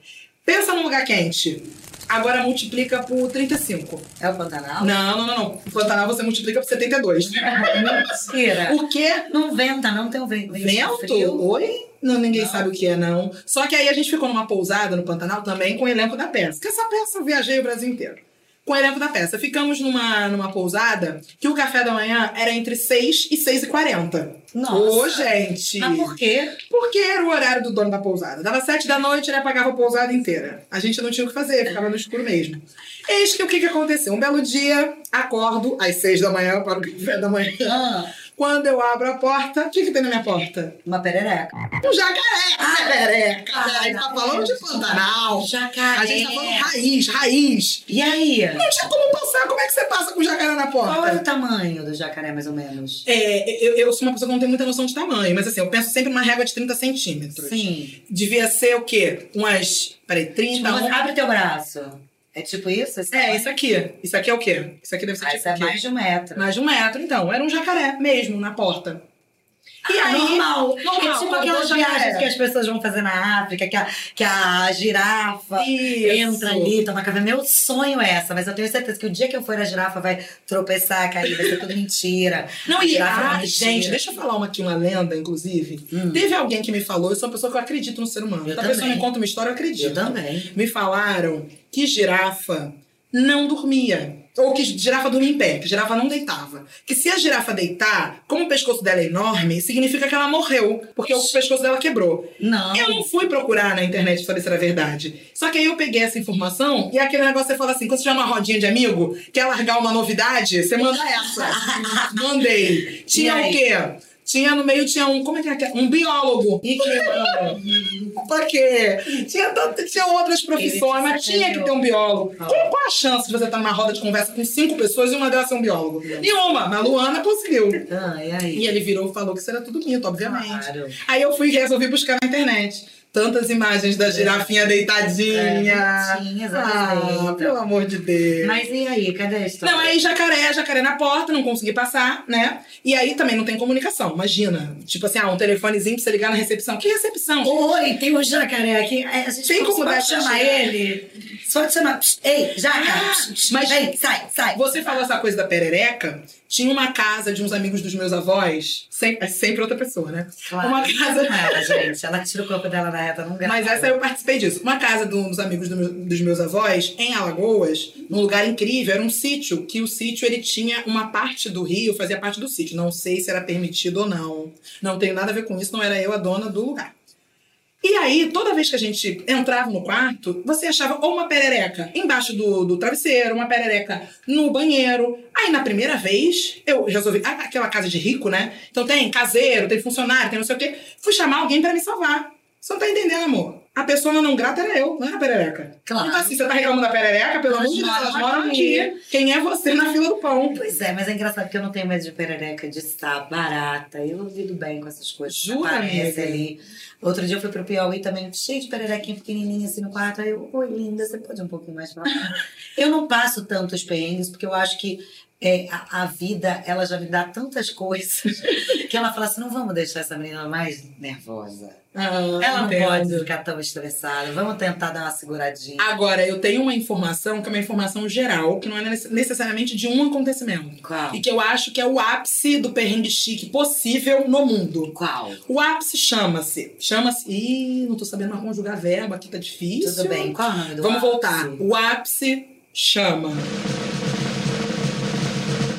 [SPEAKER 2] Pensa num lugar quente. Agora multiplica por 35.
[SPEAKER 1] É o Pantanal?
[SPEAKER 2] Não, não, não, não. O Pantanal você multiplica por 72.
[SPEAKER 1] Mentira.
[SPEAKER 2] Por quê?
[SPEAKER 1] Não venta, não tem um vento. frio.
[SPEAKER 2] Vento? Oi? Não, ninguém sabe o que é, não. Só que aí a gente ficou numa pousada no Pantanal também com o elenco da peça. Que essa peça eu viajei o Brasil inteiro. Com o elenco da peça. Ficamos numa, numa pousada que o café da manhã era entre 6 e 6 e 40.
[SPEAKER 1] Nossa.
[SPEAKER 2] Ô, gente!
[SPEAKER 1] Mas por quê?
[SPEAKER 2] Porque era o horário do dono da pousada. Dava sete da noite, ele apagava a pousada inteira. A gente não tinha o que fazer, ficava no escuro mesmo. Eis que o que, que aconteceu? Um belo dia, acordo às seis da manhã para o café da manhã.
[SPEAKER 1] Ah,
[SPEAKER 2] Quando eu abro a porta, o que, que tem na minha porta?
[SPEAKER 1] Uma perereca.
[SPEAKER 2] Um jacaré!
[SPEAKER 1] Ah,
[SPEAKER 2] perereca!
[SPEAKER 1] ah,
[SPEAKER 2] A gente tá falando de Pantanal.
[SPEAKER 1] Jacaré.
[SPEAKER 2] A gente tá falando raiz, raiz.
[SPEAKER 1] E aí?
[SPEAKER 2] Não tinha como passar. Como é que você passa com o jacaré na
[SPEAKER 1] Qual é
[SPEAKER 2] porta?
[SPEAKER 1] o tamanho do jacaré, mais ou menos?
[SPEAKER 2] É, eu, eu sou uma pessoa que não tem muita noção de tamanho, mas assim, eu penso sempre numa régua de 30 centímetros.
[SPEAKER 1] Sim.
[SPEAKER 2] Devia ser o quê? Umas. Peraí, 30.
[SPEAKER 1] Tipo, você
[SPEAKER 2] um-
[SPEAKER 1] abre teu braço. É tipo isso? Esse
[SPEAKER 2] É,
[SPEAKER 1] tamanho?
[SPEAKER 2] isso aqui. Isso aqui é o quê? Isso aqui deve ser
[SPEAKER 1] Ah,
[SPEAKER 2] tipo
[SPEAKER 1] isso
[SPEAKER 2] o
[SPEAKER 1] é
[SPEAKER 2] quê?
[SPEAKER 1] mais de um metro.
[SPEAKER 2] Mais de um metro, então. Era um jacaré mesmo na porta. E
[SPEAKER 1] Ah,
[SPEAKER 2] aí.
[SPEAKER 1] normal.
[SPEAKER 2] normal,
[SPEAKER 1] é tipo
[SPEAKER 2] quando
[SPEAKER 1] aquelas
[SPEAKER 2] jacaré.
[SPEAKER 1] viagens que as pessoas vão fazer na África, que a, que a girafa
[SPEAKER 2] é Isso.
[SPEAKER 1] entra ali, toma café. Meu sonho é essa, mas eu tenho certeza que o dia que eu for a girafa vai tropeçar, cair, vai ser tudo mentira.
[SPEAKER 2] Não,
[SPEAKER 1] A
[SPEAKER 2] e
[SPEAKER 1] girafa é
[SPEAKER 2] ah,
[SPEAKER 1] uma mentira.
[SPEAKER 2] gente, deixa eu falar uma, aqui, uma lenda, inclusive.
[SPEAKER 1] Hum.
[SPEAKER 2] Teve alguém que me falou, eu sou uma pessoa que eu acredito no ser humano.
[SPEAKER 1] Eu
[SPEAKER 2] Quando a pessoa
[SPEAKER 1] também.
[SPEAKER 2] me conta uma história, eu acredito.
[SPEAKER 1] Eu também.
[SPEAKER 2] Me falaram que girafa não dormia. Ou que girafa dormia em pé, que girafa não deitava. Que se a girafa deitar, como o pescoço dela é enorme, significa que ela morreu, porque o pescoço dela quebrou.
[SPEAKER 1] Não.
[SPEAKER 2] Eu não fui procurar na internet saber se era verdade. Só que aí eu peguei essa informação e aquele negócio você fala assim: quando você tiver uma rodinha de amigo, quer largar uma novidade, você manda essa. Mandei.
[SPEAKER 1] E
[SPEAKER 2] Tinha
[SPEAKER 1] aí?
[SPEAKER 2] o quê? Tinha no meio, tinha um. Como é que é? que é? Um biólogo.
[SPEAKER 1] E que
[SPEAKER 2] Porque tinha, tanto- tinha outras profissões,
[SPEAKER 1] Ele te
[SPEAKER 2] mas tinha que
[SPEAKER 1] sacaneou.
[SPEAKER 2] ter um biólogo.
[SPEAKER 1] Ah.
[SPEAKER 2] Qual, qual a chance de você estar numa roda de conversa com cinco pessoas e uma delas ser um biólogo? Nenhuma, mas Luana conseguiu.
[SPEAKER 1] Ah, e
[SPEAKER 2] E
[SPEAKER 1] aí?
[SPEAKER 2] ele virou e falou que isso era tudo mito, obviamente.
[SPEAKER 1] Claro.
[SPEAKER 2] Aí eu fui resolvi buscar na internet. Tantas imagens da girafinha deitadinha.
[SPEAKER 1] É, bonitinha, exatamente.
[SPEAKER 2] ah, pelo amor de Deus.
[SPEAKER 1] Mas e aí, cadê a história?
[SPEAKER 2] Não, é aí jacaré, jacaré na porta, não consegui passar, né? E aí também não tem comunicação, imagina. Tipo assim, ah, um telefonezinho pra você ligar na recepção. Que recepção?
[SPEAKER 1] Oi, tem um jacaré aqui. É, A gente
[SPEAKER 2] Tem como
[SPEAKER 1] só
[SPEAKER 2] dar
[SPEAKER 1] de
[SPEAKER 2] essa
[SPEAKER 1] chamar
[SPEAKER 2] chegada?
[SPEAKER 1] ele? Só de chamar. Psst, Ei, jacaré.
[SPEAKER 2] Ah,
[SPEAKER 1] psst, psst,
[SPEAKER 2] mas-
[SPEAKER 1] ei, sai, sai.
[SPEAKER 2] Você falou essa coisa da perereca? Tinha uma casa de uns amigos dos meus avós. Sem- é sempre outra pessoa, né?
[SPEAKER 1] Claro. é
[SPEAKER 2] Uma casa.
[SPEAKER 1] Ela, gente, ela tira o corpo dela da reta, não grava.
[SPEAKER 2] Mas essa é eu participei disso. Uma casa de um dos amigos do meu- dos meus avós, em Alagoas, num lugar incrível, era um sítio, que o sítio ele tinha uma parte do rio, fazia parte do sítio. Não sei se era permitido ou não. Não tenho nada a ver com isso, não era eu a dona do lugar. E aí, toda vez que a gente entrava no quarto, você achava ou uma perereca embaixo do, do travesseiro, uma perereca no banheiro. Aí, na primeira vez, eu resolvi. ah, Aquela casa de rico, né? Então tem caseiro, tem funcionário, tem não sei o quê. Fui chamar alguém pra me salvar. Você não tá entendendo, amor? A pessoa não é um grata era eu, não era a perereca.
[SPEAKER 1] Claro.
[SPEAKER 2] Então, assim, você tá reclamando da perereca, pelo
[SPEAKER 1] Elas
[SPEAKER 2] amor de Deus, elas
[SPEAKER 1] moram
[SPEAKER 2] moram
[SPEAKER 1] aqui.
[SPEAKER 2] aqui. Quem é você na fila do pão?
[SPEAKER 1] Pois é, mas é engraçado que eu não tenho medo de perereca, de estar barata. Eu lido bem com essas coisas.
[SPEAKER 2] Jura,
[SPEAKER 1] Aparece
[SPEAKER 2] amiga?
[SPEAKER 1] ali. Outro dia eu fui pro Piauí também, cheio de pererequinha pequenininha assim no quarto. Aí eu, oi, linda, você pode um pouquinho mais pra lá?" Eu não passo tantos perrengues, porque eu acho que é, a, a vida, ela já me dá tantas coisas, que ela fala assim, não vamos deixar essa menina mais nervosa. Ela Ah, não pode ficar tão estressada, vamos tentar dar uma seguradinha.
[SPEAKER 2] Agora, eu tenho uma informação que é uma informação geral, que não é nece- necessariamente de um acontecimento.
[SPEAKER 1] Qual?
[SPEAKER 2] E que eu acho que é o ápice do perrengue chique possível no mundo.
[SPEAKER 1] Qual?
[SPEAKER 2] O ápice chama-se. Chama-se. Ih, não tô sabendo mais conjugar verbo, aqui tá difícil.
[SPEAKER 1] Tudo bem, qual é o nome do
[SPEAKER 2] Vamos
[SPEAKER 1] ápice?
[SPEAKER 2] voltar. O ápice chama.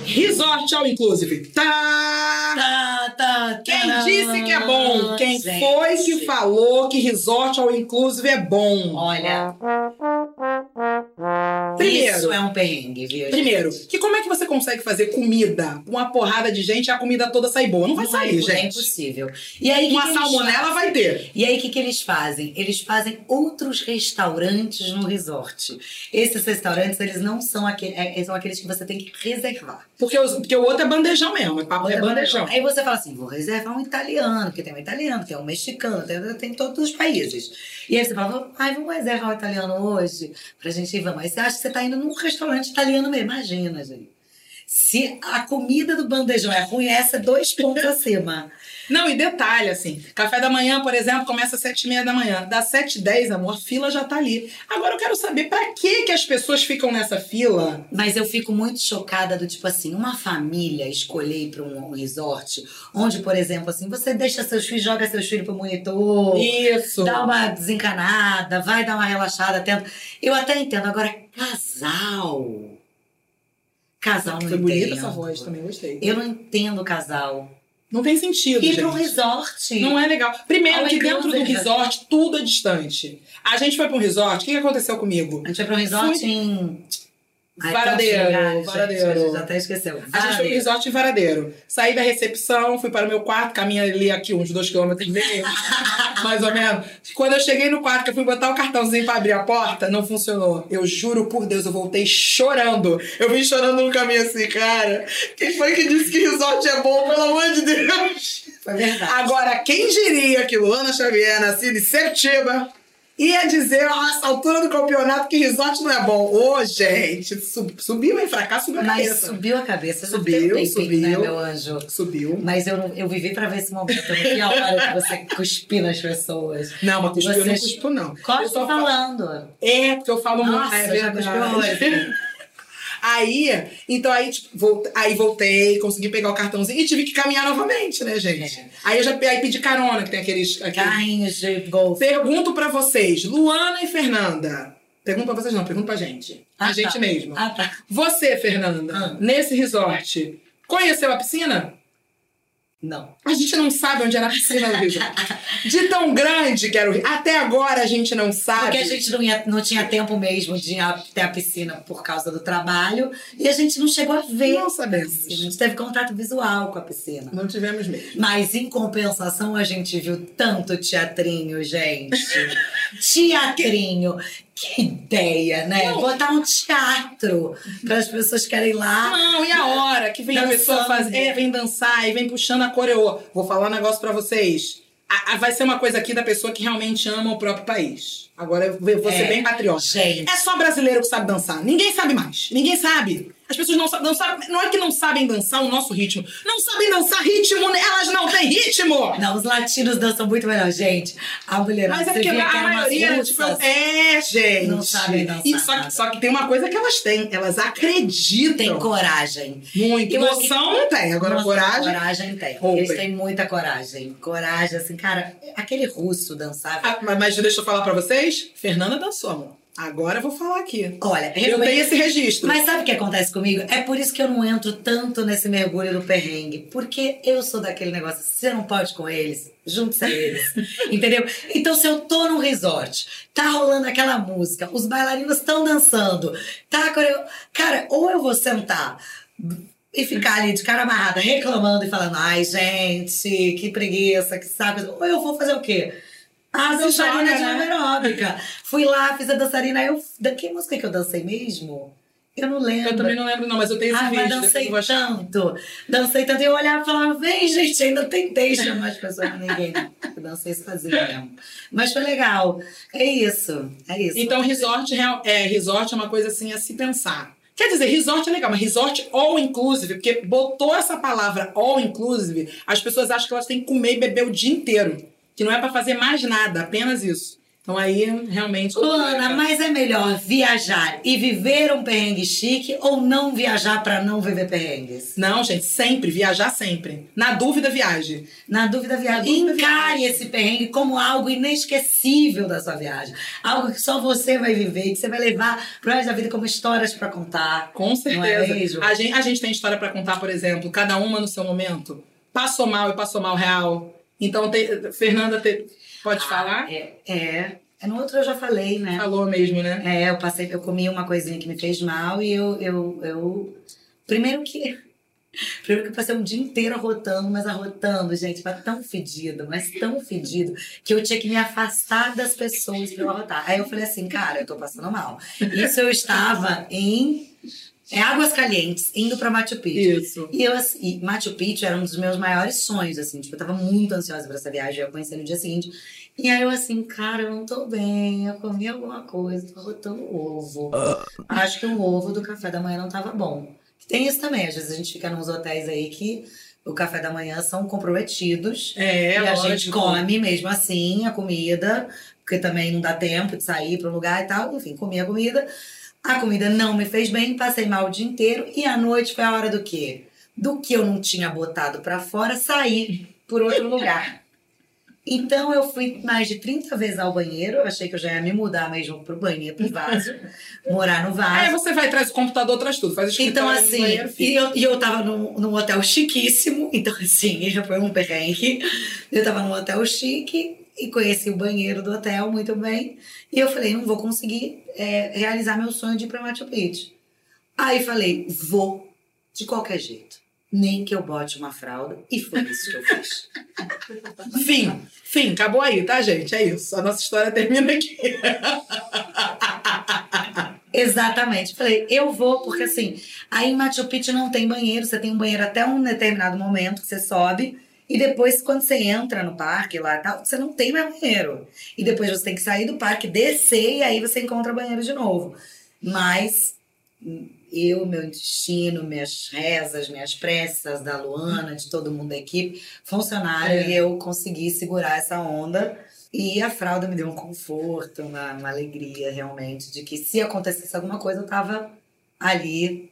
[SPEAKER 2] Resort all inclusive. Tá!
[SPEAKER 1] Tá, tá,
[SPEAKER 2] Quem
[SPEAKER 1] tá.
[SPEAKER 2] disse que é bom? Quem
[SPEAKER 1] Gente.
[SPEAKER 2] foi que falou que resort all inclusive é bom?
[SPEAKER 1] Olha,
[SPEAKER 2] Primeiro.
[SPEAKER 1] isso é um perrengue, viu? gente?
[SPEAKER 2] Primeiro, que como é que você consegue fazer comida com uma porrada de gente e a comida toda sai boa? Não vai sair,
[SPEAKER 1] é
[SPEAKER 2] gente.
[SPEAKER 1] impossível. E aí, que que
[SPEAKER 2] Uma
[SPEAKER 1] eles
[SPEAKER 2] salmonela
[SPEAKER 1] fazem?
[SPEAKER 2] vai ter.
[SPEAKER 1] E aí, o que, que eles fazem? Eles fazem outros restaurantes no resort. Esses restaurantes, eles não são, aquele, é, eles são aqueles que você tem que reservar.
[SPEAKER 2] Porque, os- porque o outro é bandejão mesmo. É papo é bandejão.
[SPEAKER 1] Aí você fala assim, vou reservar um italiano, porque tem um italiano, tem um mexicano, tem, tem todos os países. E aí você fala, ai, vamos reservar um italiano hoje pra gente ir, vamos. Aí você acha que você tá indo num restaurante italiano mesmo, imagina, gente. Se a comida do bandejão é ruim, essa é dois pontos acima.
[SPEAKER 2] Não, e detalhe, assim, café da manhã, por exemplo, começa às sete e meia da manhã. Das sete e dez, amor, a fila já tá ali. Agora eu quero saber pra que que as pessoas ficam nessa fila?
[SPEAKER 1] Mas eu fico muito chocada do tipo assim, uma família escolher ir para um resort, onde, por exemplo, assim, você deixa seus filhos, joga seus filhos pro monitor,
[SPEAKER 2] Isso.
[SPEAKER 1] dá uma desencanada, vai dar uma relaxada, tenta. Eu até entendo, agora casal. Casal não
[SPEAKER 2] Foi
[SPEAKER 1] entendo.
[SPEAKER 2] bonita essa voz também, gostei.
[SPEAKER 1] Eu não entendo casal.
[SPEAKER 2] Não tem sentido,
[SPEAKER 1] Ir
[SPEAKER 2] Tipo, gente.
[SPEAKER 1] para um resort.
[SPEAKER 2] Não é legal. Primeiro
[SPEAKER 1] All
[SPEAKER 2] que dentro do
[SPEAKER 1] inclusive.
[SPEAKER 2] resort, tudo é distante. A gente foi pra um resort, o que que aconteceu comigo?
[SPEAKER 1] A gente vai para um resort em Ai,
[SPEAKER 2] Varadeiro,
[SPEAKER 1] tão xingado, gente,
[SPEAKER 2] varadeiro.
[SPEAKER 1] a gente já até esqueceu.
[SPEAKER 2] A gente foi pro
[SPEAKER 1] Varadeiro.
[SPEAKER 2] resort em Varadeiro. Saí da recepção, fui para o meu quarto, caminhei ali aqui uns dois quilômetros dele, mais ou menos. Quando eu cheguei no quarto, que eu fui botar o cartãozinho pra abrir a porta, não funcionou. Eu juro por Deus, eu voltei chorando. Eu vim chorando no caminho assim, cara. Quem foi que disse que resort é bom, pelo amor de Deus?
[SPEAKER 1] Foi verdade.
[SPEAKER 2] Agora, quem diria que Luana Xavier, nascida em Septiba, ia dizer a essa altura do campeonato que resort não é bom. Ô, gente, sub- subiu, hein? Fracasso subiu a
[SPEAKER 1] Mas
[SPEAKER 2] cabeça.
[SPEAKER 1] subiu a cabeça.
[SPEAKER 2] Subiu,
[SPEAKER 1] Subiu, tempinho,
[SPEAKER 2] subiu.
[SPEAKER 1] né, meu anjo?
[SPEAKER 2] Subiu.
[SPEAKER 1] Mas eu, não- eu vivi pra ver esse momento. Que a hora que você cuspir nas pessoas.
[SPEAKER 2] Não, mas cuspiu, eu não
[SPEAKER 1] Vocês-
[SPEAKER 2] cuspo, não. Eu
[SPEAKER 1] Cospe
[SPEAKER 2] só falo-
[SPEAKER 1] falando.
[SPEAKER 2] É, porque eu falo muito.
[SPEAKER 1] Nossa,
[SPEAKER 2] é
[SPEAKER 1] já cuspiu
[SPEAKER 2] verdade. Aí, então aí, tipo, volt- aí voltei, consegui pegar o cartãozinho e tive que caminhar novamente, né, gente?
[SPEAKER 1] É. Ah.
[SPEAKER 2] Aí eu já pe- aí pedi carona, que tem aqueles. aqueles...
[SPEAKER 1] Carrinhos de golfe.
[SPEAKER 2] Pergunto pra vocês, Luana e Fernanda. Pergunto pra vocês, não, pergunto pra gente. a
[SPEAKER 1] Ah,
[SPEAKER 2] gente
[SPEAKER 1] tá.
[SPEAKER 2] mesmo.
[SPEAKER 1] Ah, tá.
[SPEAKER 2] Você, Fernanda,
[SPEAKER 1] Ah.
[SPEAKER 2] nesse resort, conheceu a piscina?
[SPEAKER 1] Não.
[SPEAKER 2] A gente não sabe onde era a piscina do resort. De tão grande que era o ri- Até agora a gente não sabe.
[SPEAKER 1] Porque a gente não, ia- não tinha tempo mesmo de ir até a piscina por causa do trabalho. E a gente não chegou a ver.
[SPEAKER 2] Não
[SPEAKER 1] a
[SPEAKER 2] sabemos.
[SPEAKER 1] piscina. A gente teve contato visual com a piscina.
[SPEAKER 2] Não tivemos mesmo.
[SPEAKER 1] Mas em compensação, a gente viu tanto teatrinho, gente. teatrinho. Que ideia, né?
[SPEAKER 2] Não.
[SPEAKER 1] Botar um teatro para as pessoas que querem ir lá.
[SPEAKER 2] Ah, Não, e a hora que vem a
[SPEAKER 1] Dançando.
[SPEAKER 2] pessoa fazer, é, vem dançar e vem puxando a coreô. Vou falar um negócio pra vocês. A- a- vai ser uma coisa aqui da pessoa que realmente ama o próprio país. Agora eu vou vou ser
[SPEAKER 1] É.
[SPEAKER 2] bem patriota.
[SPEAKER 1] Gente,
[SPEAKER 2] É só brasileiro que sabe dançar. Ninguém sabe mais. Ninguém sabe. As pessoas não sabem, não sabem. Não é que não sabem dançar o nosso ritmo. Não sabem dançar ritmo. né? Elas não têm ritmo.
[SPEAKER 1] não, os latinos dançam muito melhor, gente. A mulher
[SPEAKER 2] Mas é
[SPEAKER 1] você
[SPEAKER 2] porque
[SPEAKER 1] via
[SPEAKER 2] a
[SPEAKER 1] que era umas
[SPEAKER 2] maioria,
[SPEAKER 1] russas.
[SPEAKER 2] tipo, é, gente.
[SPEAKER 1] Não sabem dançar
[SPEAKER 2] E só, que,
[SPEAKER 1] nada.
[SPEAKER 2] só que tem uma coisa que elas têm. Elas acreditam.
[SPEAKER 1] tem coragem.
[SPEAKER 2] Muito.
[SPEAKER 1] Eu acho que-
[SPEAKER 2] Emoção não tem. Agora,
[SPEAKER 1] Nossa,
[SPEAKER 2] coragem.
[SPEAKER 1] Coragem tem.
[SPEAKER 2] Open.
[SPEAKER 1] Eles têm muita coragem. Coragem, assim, cara, aquele russo dançava.
[SPEAKER 2] Ah, mas- mas deixa eu falar pra vocês. Fernanda dançou, amor. Agora eu vou falar aqui.
[SPEAKER 1] Olha,
[SPEAKER 2] Ah, Eu
[SPEAKER 1] realmente-
[SPEAKER 2] tenho esse registro.
[SPEAKER 1] Mas sabe o que acontece comigo? É por isso que eu não entro tanto nesse mergulho do perrengue. Porque eu sou daquele negócio, se você não pode com eles, junte-se a eles. entendeu? Então, se eu tô num resort, tá rolando aquela música, os bailarinos estão dançando, tá coreo... Cara, ou eu vou sentar e ficar ali de cara amarrada, reclamando e falando, ai, gente, que preguiça, que saco. Ou eu vou fazer o quê? Ah,
[SPEAKER 2] Se joga,
[SPEAKER 1] dançarina de
[SPEAKER 2] né?
[SPEAKER 1] aeróbica. Fui lá, fiz a dançarina. aí Eu... da- Que música que eu dancei mesmo? Eu não lembro.
[SPEAKER 2] Eu também não lembro, não, mas eu tenho esse
[SPEAKER 1] Ah, mas
[SPEAKER 2] registro. depois
[SPEAKER 1] dancei
[SPEAKER 2] eu vou achar.
[SPEAKER 1] tanto. Dancei tanto. E eu olhava e falava, vem, gente, ainda tentei chamar as pessoas, mas ninguém. Eu dancei sozinha mesmo. Mas foi legal. É isso. É isso.
[SPEAKER 2] Então, resort real- é, resort é uma coisa assim a se pensar. Quer dizer, resort é legal, mas resort all inclusive, porque botou essa palavra all inclusive, as pessoas acham que elas têm que comer e beber o dia inteiro. Que não é pra fazer mais nada, apenas isso. Então aí, realmente.
[SPEAKER 1] Luana, mas é melhor viajar e viver um perrengue chique ou não viajar pra não viver perrengues?
[SPEAKER 2] Não, gente, sempre, viajar sempre. Na dúvida, viaje.
[SPEAKER 1] Na dúvida,
[SPEAKER 2] Na
[SPEAKER 1] viaja.
[SPEAKER 2] dúvida,
[SPEAKER 1] Encare
[SPEAKER 2] viaja.
[SPEAKER 1] esse perrengue como algo inesquecível da sua viagem. Algo que só você vai viver, que você vai levar pro resto da vida como histórias pra contar.
[SPEAKER 2] Com certeza.
[SPEAKER 1] mesmo?
[SPEAKER 2] a, gente, a gente tem história pra contar, por exemplo, cada uma no seu momento. Passou mal e passou mal real. Então, te- Fernanda, te- pode falar?
[SPEAKER 1] É, é. É, No outro eu já falei, né?
[SPEAKER 2] Falou mesmo, né?
[SPEAKER 1] É, eu passei, eu comi uma coisinha que me fez mal e eu, eu, eu primeiro que primeiro que eu passei um dia inteiro arrotando, mas arrotando, gente, mas tão fedido, mas tão fedido que eu tinha que me afastar das pessoas pra eu arrotar. Aí eu falei assim, cara, eu tô passando mal. Isso eu estava em é, Águas Calientes, indo pra Machu Picchu.
[SPEAKER 2] Isso.
[SPEAKER 1] E eu, assim, e Machu Picchu era um dos meus maiores sonhos, assim, tipo, eu tava muito ansiosa pra essa viagem, eu ia conhecer no dia seguinte. E aí eu assim, cara, eu não tô bem, eu comi alguma coisa, tô rotando ovo. Acho que o ovo do café da manhã não tava bom. Tem isso também, às vezes a gente fica nos hotéis aí que o café da manhã são comprometidos.
[SPEAKER 2] É,
[SPEAKER 1] e a
[SPEAKER 2] lógico.
[SPEAKER 1] gente come mesmo assim a comida, porque também não dá tempo de sair para um lugar e tal. Enfim, comi a comida. A comida não me fez bem, passei mal o dia inteiro. E à noite foi a hora do quê? Do que eu não tinha botado para fora, sair por outro lugar. Então eu fui mais de 30 vezes ao banheiro. Eu achei que eu já ia me mudar mesmo pro banheiro, pro vaso, morar no vaso.
[SPEAKER 2] Aí É, você vai, traz o computador, traz tudo. Faz o
[SPEAKER 1] Então,
[SPEAKER 2] escritório,
[SPEAKER 1] assim,
[SPEAKER 2] banheiro, fica.
[SPEAKER 1] e eu, e eu tava num, num hotel chiquíssimo, então, assim, já foi um perrengue. Eu tava num hotel chique e conheci o banheiro do hotel muito bem. E eu falei, não vou conseguir é, realizar meu sonho de ir pra Machu Picchu. Aí falei, vou, de qualquer jeito. Nem que eu bote uma fralda. E foi isso que eu fiz.
[SPEAKER 2] Fim, fim, acabou aí, tá, gente? É isso. A nossa história termina aqui.
[SPEAKER 1] Exatamente. Falei, eu vou, porque assim, aí em Machu Picchu não tem banheiro, você tem um banheiro até um determinado momento que você sobe. E depois, quando você entra no parque lá e tal, você não tem mais banheiro. E depois você tem que sair do parque, descer e aí você encontra banheiro de novo. Mas eu, meu destino, minhas rezas, minhas preces da Luana, de todo mundo da equipe, funcionaram
[SPEAKER 2] É.
[SPEAKER 1] e eu consegui segurar essa onda. E a fralda me deu um conforto, uma, uma alegria realmente, de que se acontecesse alguma coisa, eu tava ali,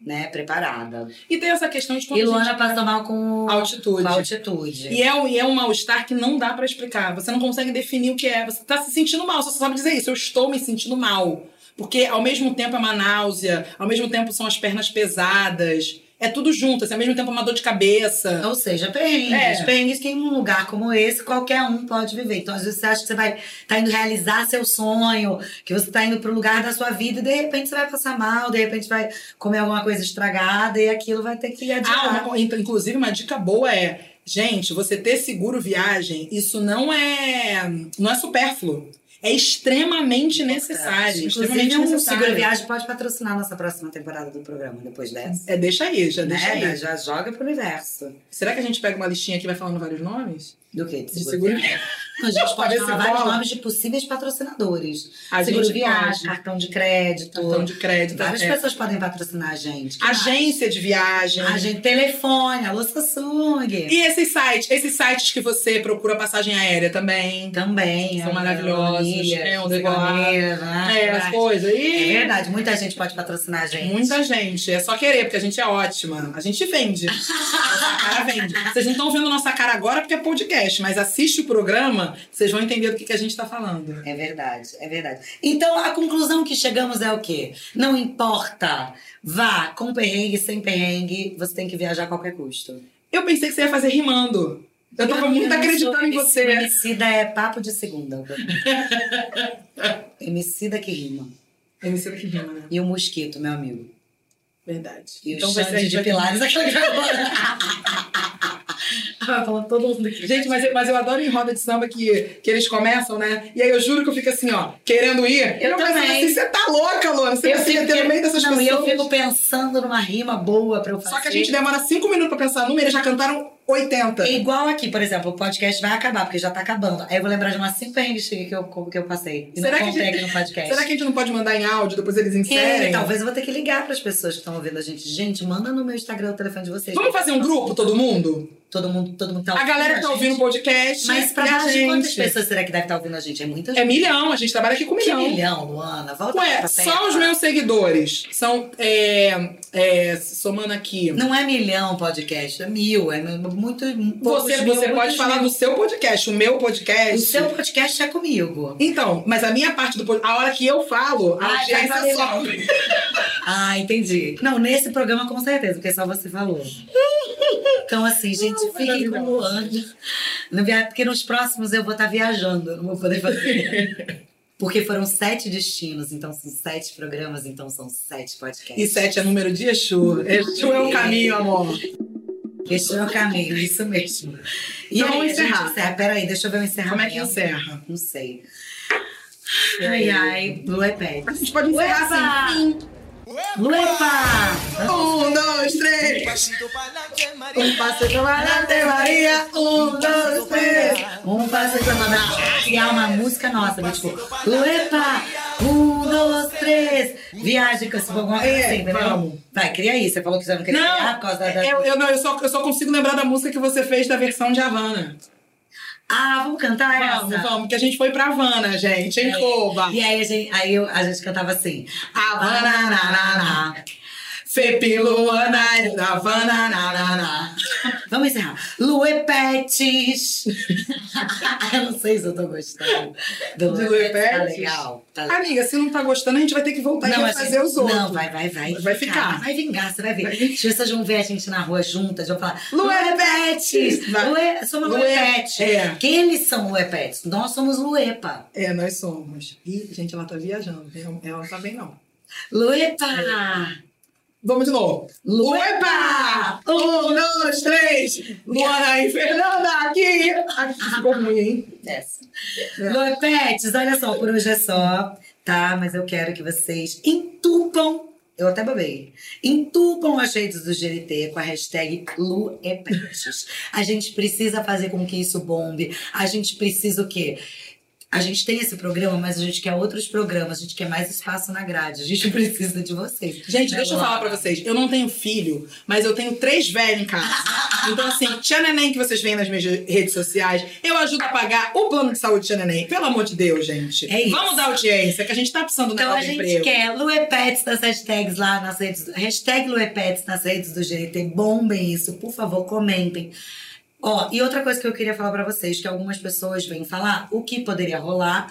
[SPEAKER 1] né, preparada.
[SPEAKER 2] E tem essa questão de quando
[SPEAKER 1] E
[SPEAKER 2] a
[SPEAKER 1] Luana passou mal com,
[SPEAKER 2] gente- altitude.
[SPEAKER 1] com a altitude.
[SPEAKER 2] E é, um- e é um mal-estar que não dá pra explicar. Você não consegue definir o que é. Você tá se sentindo mal, você só sabe dizer isso. Eu estou me sentindo mal. Porque ao mesmo tempo é uma náusea, ao mesmo tempo são as pernas pesadas. É tudo junto, assim, ao mesmo tempo é uma dor de cabeça.
[SPEAKER 1] Ou seja, perrengues.
[SPEAKER 2] É.
[SPEAKER 1] Perrengues que em um lugar como esse, qualquer um pode viver. Então, às vezes, você acha que você vai tá indo realizar seu sonho, que você tá indo pro lugar da sua vida, e de repente você vai passar mal, de repente vai comer alguma coisa estragada e aquilo vai ter que
[SPEAKER 2] Ah,
[SPEAKER 1] adiar.
[SPEAKER 2] uma co- in- inclusive, uma dica boa é: gente, você ter seguro viagem, isso não é, não é supérfluo. É extremamente necessário.
[SPEAKER 1] Inclusive,
[SPEAKER 2] extremamente
[SPEAKER 1] um
[SPEAKER 2] necessário.
[SPEAKER 1] Seguro Viagem pode patrocinar a nossa próxima temporada do programa, depois dessa.
[SPEAKER 2] É, deixa aí, já deixa
[SPEAKER 1] Né?
[SPEAKER 2] aí.
[SPEAKER 1] Já joga pro universo.
[SPEAKER 2] Será que a gente pega uma listinha aqui e vai falando vários nomes?
[SPEAKER 1] Do que?
[SPEAKER 2] De seguro viagem.
[SPEAKER 1] A gente pode
[SPEAKER 2] Parece
[SPEAKER 1] falar vários
[SPEAKER 2] bola.
[SPEAKER 1] nomes de possíveis patrocinadores.
[SPEAKER 2] A
[SPEAKER 1] seguro
[SPEAKER 2] gente
[SPEAKER 1] Viagem,
[SPEAKER 2] pode.
[SPEAKER 1] cartão de crédito.
[SPEAKER 2] Cartão de crédito.
[SPEAKER 1] Várias
[SPEAKER 2] é.
[SPEAKER 1] pessoas podem patrocinar a gente. Que
[SPEAKER 2] Agência de viagem.
[SPEAKER 1] mais? Agente telefone, alô Samsung.
[SPEAKER 2] E esses sites, esses sites que você procura passagem aérea também.
[SPEAKER 1] também.
[SPEAKER 2] São
[SPEAKER 1] a-
[SPEAKER 2] maravilhosos,
[SPEAKER 1] Ilha,
[SPEAKER 2] é, o
[SPEAKER 1] Ciganeira, né?
[SPEAKER 2] É, as coisas.
[SPEAKER 1] É
[SPEAKER 2] E
[SPEAKER 1] verdade, muita gente pode patrocinar a gente.
[SPEAKER 2] muita gente. É só querer, porque a gente é ótima. A gente vende. Nossa cara vende. Vocês não estão vendo nossa cara agora porque é podcast, mas assiste o programa, vocês vão entender do que, que a gente está falando.
[SPEAKER 1] É verdade, é verdade. Então a conclusão que chegamos é o quê? Não importa. Vá com perrengue, sem perrengue, você tem que viajar a qualquer custo.
[SPEAKER 2] Eu pensei que você ia fazer rimando. Eu tava muito
[SPEAKER 1] não
[SPEAKER 2] acreditando
[SPEAKER 1] sou
[SPEAKER 2] em você.
[SPEAKER 1] Emicida é papo de segunda. Emicida que rima.
[SPEAKER 2] MC que rima, né?
[SPEAKER 1] E o mosquito, meu amigo.
[SPEAKER 2] Verdade. Então,
[SPEAKER 1] E o
[SPEAKER 2] vai ser- a
[SPEAKER 1] Xande
[SPEAKER 2] gente
[SPEAKER 1] de
[SPEAKER 2] vai-
[SPEAKER 1] Pilares, aquela que Vai falando todo mundo aqui.
[SPEAKER 2] Gente, mas eu, mas eu adoro em roda de samba que, que eles começam, né? E aí eu juro que eu fico assim, ó, querendo ir.
[SPEAKER 1] Eu
[SPEAKER 2] pensando
[SPEAKER 1] também.
[SPEAKER 2] assim, você tá louca, Luana? Você
[SPEAKER 1] Eu
[SPEAKER 2] vai se
[SPEAKER 1] fico
[SPEAKER 2] meter no meio dessas
[SPEAKER 1] não, e eu assim.
[SPEAKER 2] pessoas.
[SPEAKER 1] fico pensando numa rima boa pra eu fazer.
[SPEAKER 2] Só que a gente demora cinco minutos pra pensar número, eles já cantaram 80.
[SPEAKER 1] É igual aqui, por exemplo, o podcast vai acabar, porque já tá acabando. Aí eu vou lembrar de umas cinco perrengues que eu, que eu passei. E
[SPEAKER 2] Será que
[SPEAKER 1] não
[SPEAKER 2] a
[SPEAKER 1] contei
[SPEAKER 2] gente-
[SPEAKER 1] aqui no podcast.
[SPEAKER 2] Será que a gente não pode mandar em áudio, depois eles
[SPEAKER 1] É,
[SPEAKER 2] inserem?
[SPEAKER 1] talvez eu vou ter que ligar pras pessoas que estão ouvindo a gente. Gente, manda no meu Instagram o telefone de vocês.
[SPEAKER 2] Vamos fazer um grupo, todo mundo?
[SPEAKER 1] Todo mundo, todo mundo tá
[SPEAKER 2] A galera que tá
[SPEAKER 1] gente.
[SPEAKER 2] ouvindo o podcast.
[SPEAKER 1] Mas pra
[SPEAKER 2] e a
[SPEAKER 1] mais de quantas
[SPEAKER 2] gente.
[SPEAKER 1] pessoas será que deve estar ouvindo a gente? É muita gente.
[SPEAKER 2] É milhão, a gente trabalha aqui com
[SPEAKER 1] Que
[SPEAKER 2] milhão.
[SPEAKER 1] milhão, tá Luana. Volta lá
[SPEAKER 2] Ué,
[SPEAKER 1] pra
[SPEAKER 2] só
[SPEAKER 1] terra.
[SPEAKER 2] os meus seguidores são. é, é, somando aqui.
[SPEAKER 1] Não é milhão podcast, é mil. É muito. poucos
[SPEAKER 2] Você,
[SPEAKER 1] mil,
[SPEAKER 2] você
[SPEAKER 1] muitos
[SPEAKER 2] pode falar
[SPEAKER 1] mil.
[SPEAKER 2] do seu podcast, o meu podcast.
[SPEAKER 1] O seu podcast é comigo.
[SPEAKER 2] Então, mas a minha parte do podcast, a hora que eu falo, a
[SPEAKER 1] Ah, já
[SPEAKER 2] audiência
[SPEAKER 1] tá
[SPEAKER 2] sobe.
[SPEAKER 1] Ah, entendi. Não, nesse programa com certeza, porque só você falou. Então, assim, gente,
[SPEAKER 2] Não,
[SPEAKER 1] fiquem com o Luan. Não via- Porque nos próximos eu vou estar viajando, eu não vou poder fazer. Porque foram sete destinos, então são sete programas, então são sete podcasts.
[SPEAKER 2] E sete é número de Exu. Exu é o caminho, amor.
[SPEAKER 1] Esse é o caminho, isso mesmo. E
[SPEAKER 2] Então,
[SPEAKER 1] aí,
[SPEAKER 2] vamos
[SPEAKER 1] a gente
[SPEAKER 2] encerrar.
[SPEAKER 1] encerra. Peraí, deixa eu ver o encerramento.
[SPEAKER 2] Como é que encerra?
[SPEAKER 1] Não sei. Ai, ai, Luepé.
[SPEAKER 2] A gente pode encerrar assim.
[SPEAKER 1] Luepa!
[SPEAKER 2] Um, dois, três.
[SPEAKER 3] pasito para que María.
[SPEAKER 1] Um passo pra
[SPEAKER 2] Até Maria. Um, dois, três.
[SPEAKER 1] Um passo pra mandar criar uma música nossa, do tipo, Luepa! Um, dois, três! Viagem com esse fogão assim,
[SPEAKER 2] É,
[SPEAKER 1] entendeu?
[SPEAKER 2] vamos.
[SPEAKER 1] Vai, cria aí. Você falou que você
[SPEAKER 2] é,
[SPEAKER 1] não queria criar por causa da. da-
[SPEAKER 2] eu, eu, não, eu, só, eu só consigo lembrar da música que você fez da versão de Havana.
[SPEAKER 1] Ah, vamos cantar essa?
[SPEAKER 2] Vamos, vamos, que a gente foi pra Havana, gente, em Cuba. Ah,
[SPEAKER 1] E aí a gente, aí eu- a gente cantava assim.
[SPEAKER 2] Havana, na, na, na. Fepiluana, Havana, na, na, na.
[SPEAKER 1] Vamos encerrar. Luepetes! eu não sei se eu tô gostando. Do Luepetes. Tá
[SPEAKER 2] De Luepetes?
[SPEAKER 1] legal. Tá legal.
[SPEAKER 2] Amiga, se não tá gostando, a gente vai ter que voltar e
[SPEAKER 1] a
[SPEAKER 2] fazer
[SPEAKER 1] gente-
[SPEAKER 2] os outros.
[SPEAKER 1] assim, Não, vai, vai, vai.
[SPEAKER 2] Vai ficar.
[SPEAKER 1] Vai vingar, você vai ver. As pessoas vão ver a gente na rua juntas, vão falar. Luepetes!
[SPEAKER 2] Luepetes!
[SPEAKER 1] Lue... Somos
[SPEAKER 2] Lue-
[SPEAKER 1] Luepetes.
[SPEAKER 2] É.
[SPEAKER 1] Quem eles são Luepetes? Nós somos Luepa.
[SPEAKER 2] É, um, nós somos. Ih, gente, ela tá viajando. viu? Ela não tá bem, não.
[SPEAKER 1] Luepa!
[SPEAKER 2] Vamos de novo. Luepa! Um, dois, três. Luana e Fernanda aqui. aqui ficou ruim, hein?
[SPEAKER 1] Desce. Lua Pets, olha só, por hoje é só, tá? Mas eu quero que vocês entupam. Eu até babei. Entupam as redes do GNT com a hashtag Luepetes. A gente precisa fazer com que isso bombe. A gente precisa o quê? A gente tem esse programa, mas a gente quer outros programas. A gente quer mais espaço na grade. A gente precisa de vocês.
[SPEAKER 2] Gente,
[SPEAKER 1] Né,
[SPEAKER 2] deixa eu
[SPEAKER 1] Lua?
[SPEAKER 2] falar pra vocês. Eu não tenho filho, mas eu tenho três velhos em casa. Então, assim, Tia Neném, que vocês veem nas minhas redes sociais, eu ajudo a pagar o plano de saúde de Tia Neném. Pelo amor de Deus, gente.
[SPEAKER 1] É isso.
[SPEAKER 2] Vamos dar audiência, que a gente tá precisando
[SPEAKER 1] Então
[SPEAKER 2] naquela
[SPEAKER 1] a gente
[SPEAKER 2] emprego.
[SPEAKER 1] quer Luepets nas hashtags lá nas redes. do- Hashtag Luepets nas redes do GNT. Bombem isso, por favor, comentem. Ó, e outra coisa que eu queria falar pra vocês, que algumas pessoas vêm falar o que poderia rolar,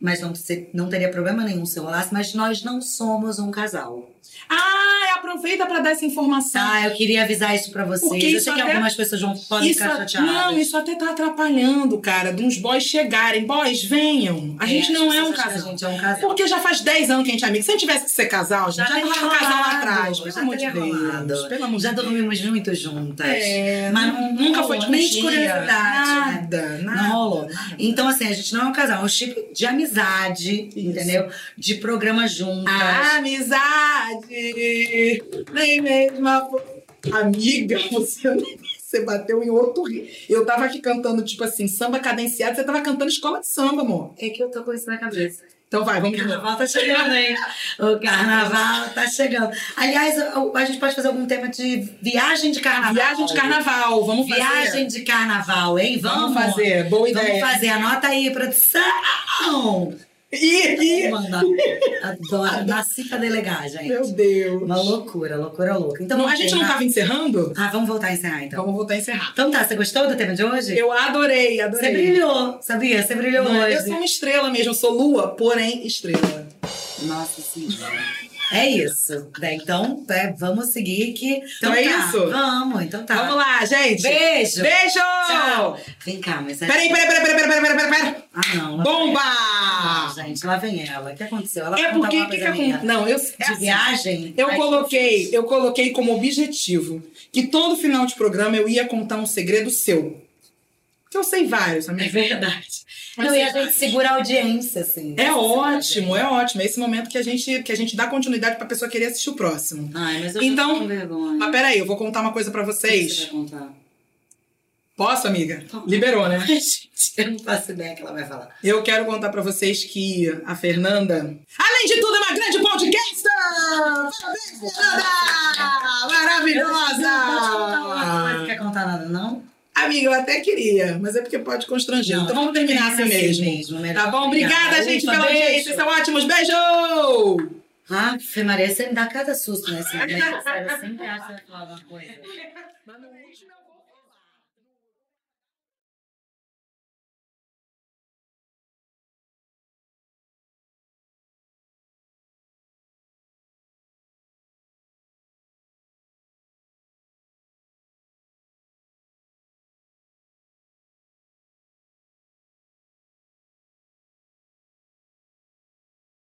[SPEAKER 1] mas não, se- não teria problema nenhum se rolasse, mas nós não somos um casal.
[SPEAKER 2] Ah, aproveita pra dar essa informação.
[SPEAKER 1] Tá, eu queria avisar isso pra vocês.
[SPEAKER 2] Porque
[SPEAKER 1] eu
[SPEAKER 2] isso
[SPEAKER 1] sei que
[SPEAKER 2] até-
[SPEAKER 1] algumas pessoas vão podem
[SPEAKER 2] Isso,
[SPEAKER 1] ficar chateadas.
[SPEAKER 2] não, isso até tá atrapalhando, cara, de uns boys chegarem. Boys, venham. A
[SPEAKER 1] É, as
[SPEAKER 2] gente não é
[SPEAKER 1] pessoas acham
[SPEAKER 2] um
[SPEAKER 1] que A
[SPEAKER 2] casal.
[SPEAKER 1] gente é um casal.
[SPEAKER 2] Porque já faz 10 anos que a gente é amigo. Se a gente tivesse que ser casal, gente, já,
[SPEAKER 1] teria
[SPEAKER 2] tava casal lá
[SPEAKER 1] rolado,
[SPEAKER 2] atrás. Pelo
[SPEAKER 1] já
[SPEAKER 2] amor de
[SPEAKER 1] teria
[SPEAKER 2] Deus.
[SPEAKER 1] rolado.
[SPEAKER 2] Pelo amor
[SPEAKER 1] Já
[SPEAKER 2] de Deus.
[SPEAKER 1] dormimos muito juntas.
[SPEAKER 2] É,
[SPEAKER 1] Mas
[SPEAKER 2] nu-
[SPEAKER 1] não
[SPEAKER 2] nunca foi
[SPEAKER 1] rolou,
[SPEAKER 2] de
[SPEAKER 1] nem de
[SPEAKER 2] coxinha,
[SPEAKER 1] curiosidade, né?
[SPEAKER 2] Nada, nada.
[SPEAKER 1] Não rolou. Então, assim, a gente não é um casal, é um tipo de amizade,
[SPEAKER 2] Isso. Ah,
[SPEAKER 1] entendeu? De programa juntas.
[SPEAKER 2] A amizade! Nem mesmo a... Amiga, você, você bateu em outro rio. Eu tava aqui cantando, tipo assim, samba cadenciado, você tava cantando escola de samba, amor.
[SPEAKER 1] É que eu tô com isso na cabeça.
[SPEAKER 2] Então vai,
[SPEAKER 1] O
[SPEAKER 2] vamos de novo.
[SPEAKER 1] carnaval tá chegando, hein? O carnaval tá chegando. Aliás, eu- a gente pode fazer algum tema de viagem de carnaval.
[SPEAKER 2] Viagem de carnaval, vamos fazer.
[SPEAKER 1] Ah, tá. Viagem de carnaval, hein? Vamos,
[SPEAKER 2] Vamos fazer, boa
[SPEAKER 1] Vamos
[SPEAKER 2] ideia.
[SPEAKER 1] fazer, anota aí, produção!
[SPEAKER 2] Ih, ih,
[SPEAKER 1] Manda. Adoro. Nasci pra delegar, gente.
[SPEAKER 2] meu Deus.
[SPEAKER 1] Uma loucura, loucura louca. Então,
[SPEAKER 2] Não, a
[SPEAKER 1] vamos
[SPEAKER 2] gente não tá
[SPEAKER 1] encerrar?
[SPEAKER 2] tava encerrando?
[SPEAKER 1] Ah, vamos voltar a encerrar então.
[SPEAKER 2] Vamos voltar a encerrar.
[SPEAKER 1] Então tá, você gostou do tema de hoje?
[SPEAKER 2] Eu adorei,
[SPEAKER 1] Você
[SPEAKER 2] adorei.
[SPEAKER 1] brilhou, sabia? Você brilhou
[SPEAKER 2] Não, Eu
[SPEAKER 1] hoje.
[SPEAKER 2] sou uma estrela mesmo, eu sou lua, porém estrela.
[SPEAKER 1] Nossa senhora. É isso. Né? Então, é, vamos seguir que.
[SPEAKER 2] Então é
[SPEAKER 1] tá,
[SPEAKER 2] isso?
[SPEAKER 1] Vamos, então tá.
[SPEAKER 2] Vamos lá, gente.
[SPEAKER 1] Beijo.
[SPEAKER 2] Beijo!
[SPEAKER 1] Tchau. Vem cá, mas é.
[SPEAKER 2] Peraí, peraí, peraí, peraí, peraí, peraí, peraí, peraí.
[SPEAKER 1] Ah, não. lá- Ah,
[SPEAKER 2] Bomba!
[SPEAKER 1] gente, lá vem ela. O que aconteceu? Ela vai
[SPEAKER 2] É
[SPEAKER 1] contar
[SPEAKER 2] porque
[SPEAKER 1] uma
[SPEAKER 2] o que, que
[SPEAKER 1] coisa minha.
[SPEAKER 2] acontece? Não, eu.
[SPEAKER 1] De
[SPEAKER 2] é assim.
[SPEAKER 1] viagem?
[SPEAKER 2] Eu
[SPEAKER 1] Ai,
[SPEAKER 2] coloquei, eu coloquei como objetivo que todo final de programa eu ia contar um segredo seu. Que eu sei vários,
[SPEAKER 1] É
[SPEAKER 2] amiga.
[SPEAKER 1] verdade.
[SPEAKER 2] Mas
[SPEAKER 1] Não, e a
[SPEAKER 2] você-
[SPEAKER 1] gente segura a audiência, assim.
[SPEAKER 2] É ótimo, é ótimo. É esse momento que a gente, que a gente dá continuidade pra pessoa querer assistir o próximo.
[SPEAKER 1] Ai, mas eu
[SPEAKER 2] Então-
[SPEAKER 1] tô com vergonha.
[SPEAKER 2] Mas peraí, eu vou contar uma coisa pra
[SPEAKER 1] O que você
[SPEAKER 2] vocês.
[SPEAKER 1] vai contar?
[SPEAKER 2] Posso, amiga?
[SPEAKER 1] Pode.
[SPEAKER 2] Liberou, né?
[SPEAKER 1] Gente, eu não faço ideia que ela vai falar.
[SPEAKER 2] Eu quero contar pra vocês que a Fernanda, além de tudo, é uma grande podcaster! Parabéns, Fernanda!
[SPEAKER 1] Não pode contar uma coisa, não
[SPEAKER 2] Maravilhosa!
[SPEAKER 1] quer contar nada, não?
[SPEAKER 2] Amiga, eu até queria, mas é porque pode constranger.
[SPEAKER 1] Não,
[SPEAKER 2] então vamos terminar assim mesmo.
[SPEAKER 1] melhor.
[SPEAKER 2] Tá bom? Obrigada, gente,
[SPEAKER 1] Ufa,
[SPEAKER 2] pela
[SPEAKER 1] um beijo. Ah,
[SPEAKER 2] audiência. Vocês são ótimos. Beijo!
[SPEAKER 1] Ave né? Maria, você me dá cada susto nesse momento. Sério, eu sempre acho que eu ia falar uma coisa.
[SPEAKER 2] Manda um último.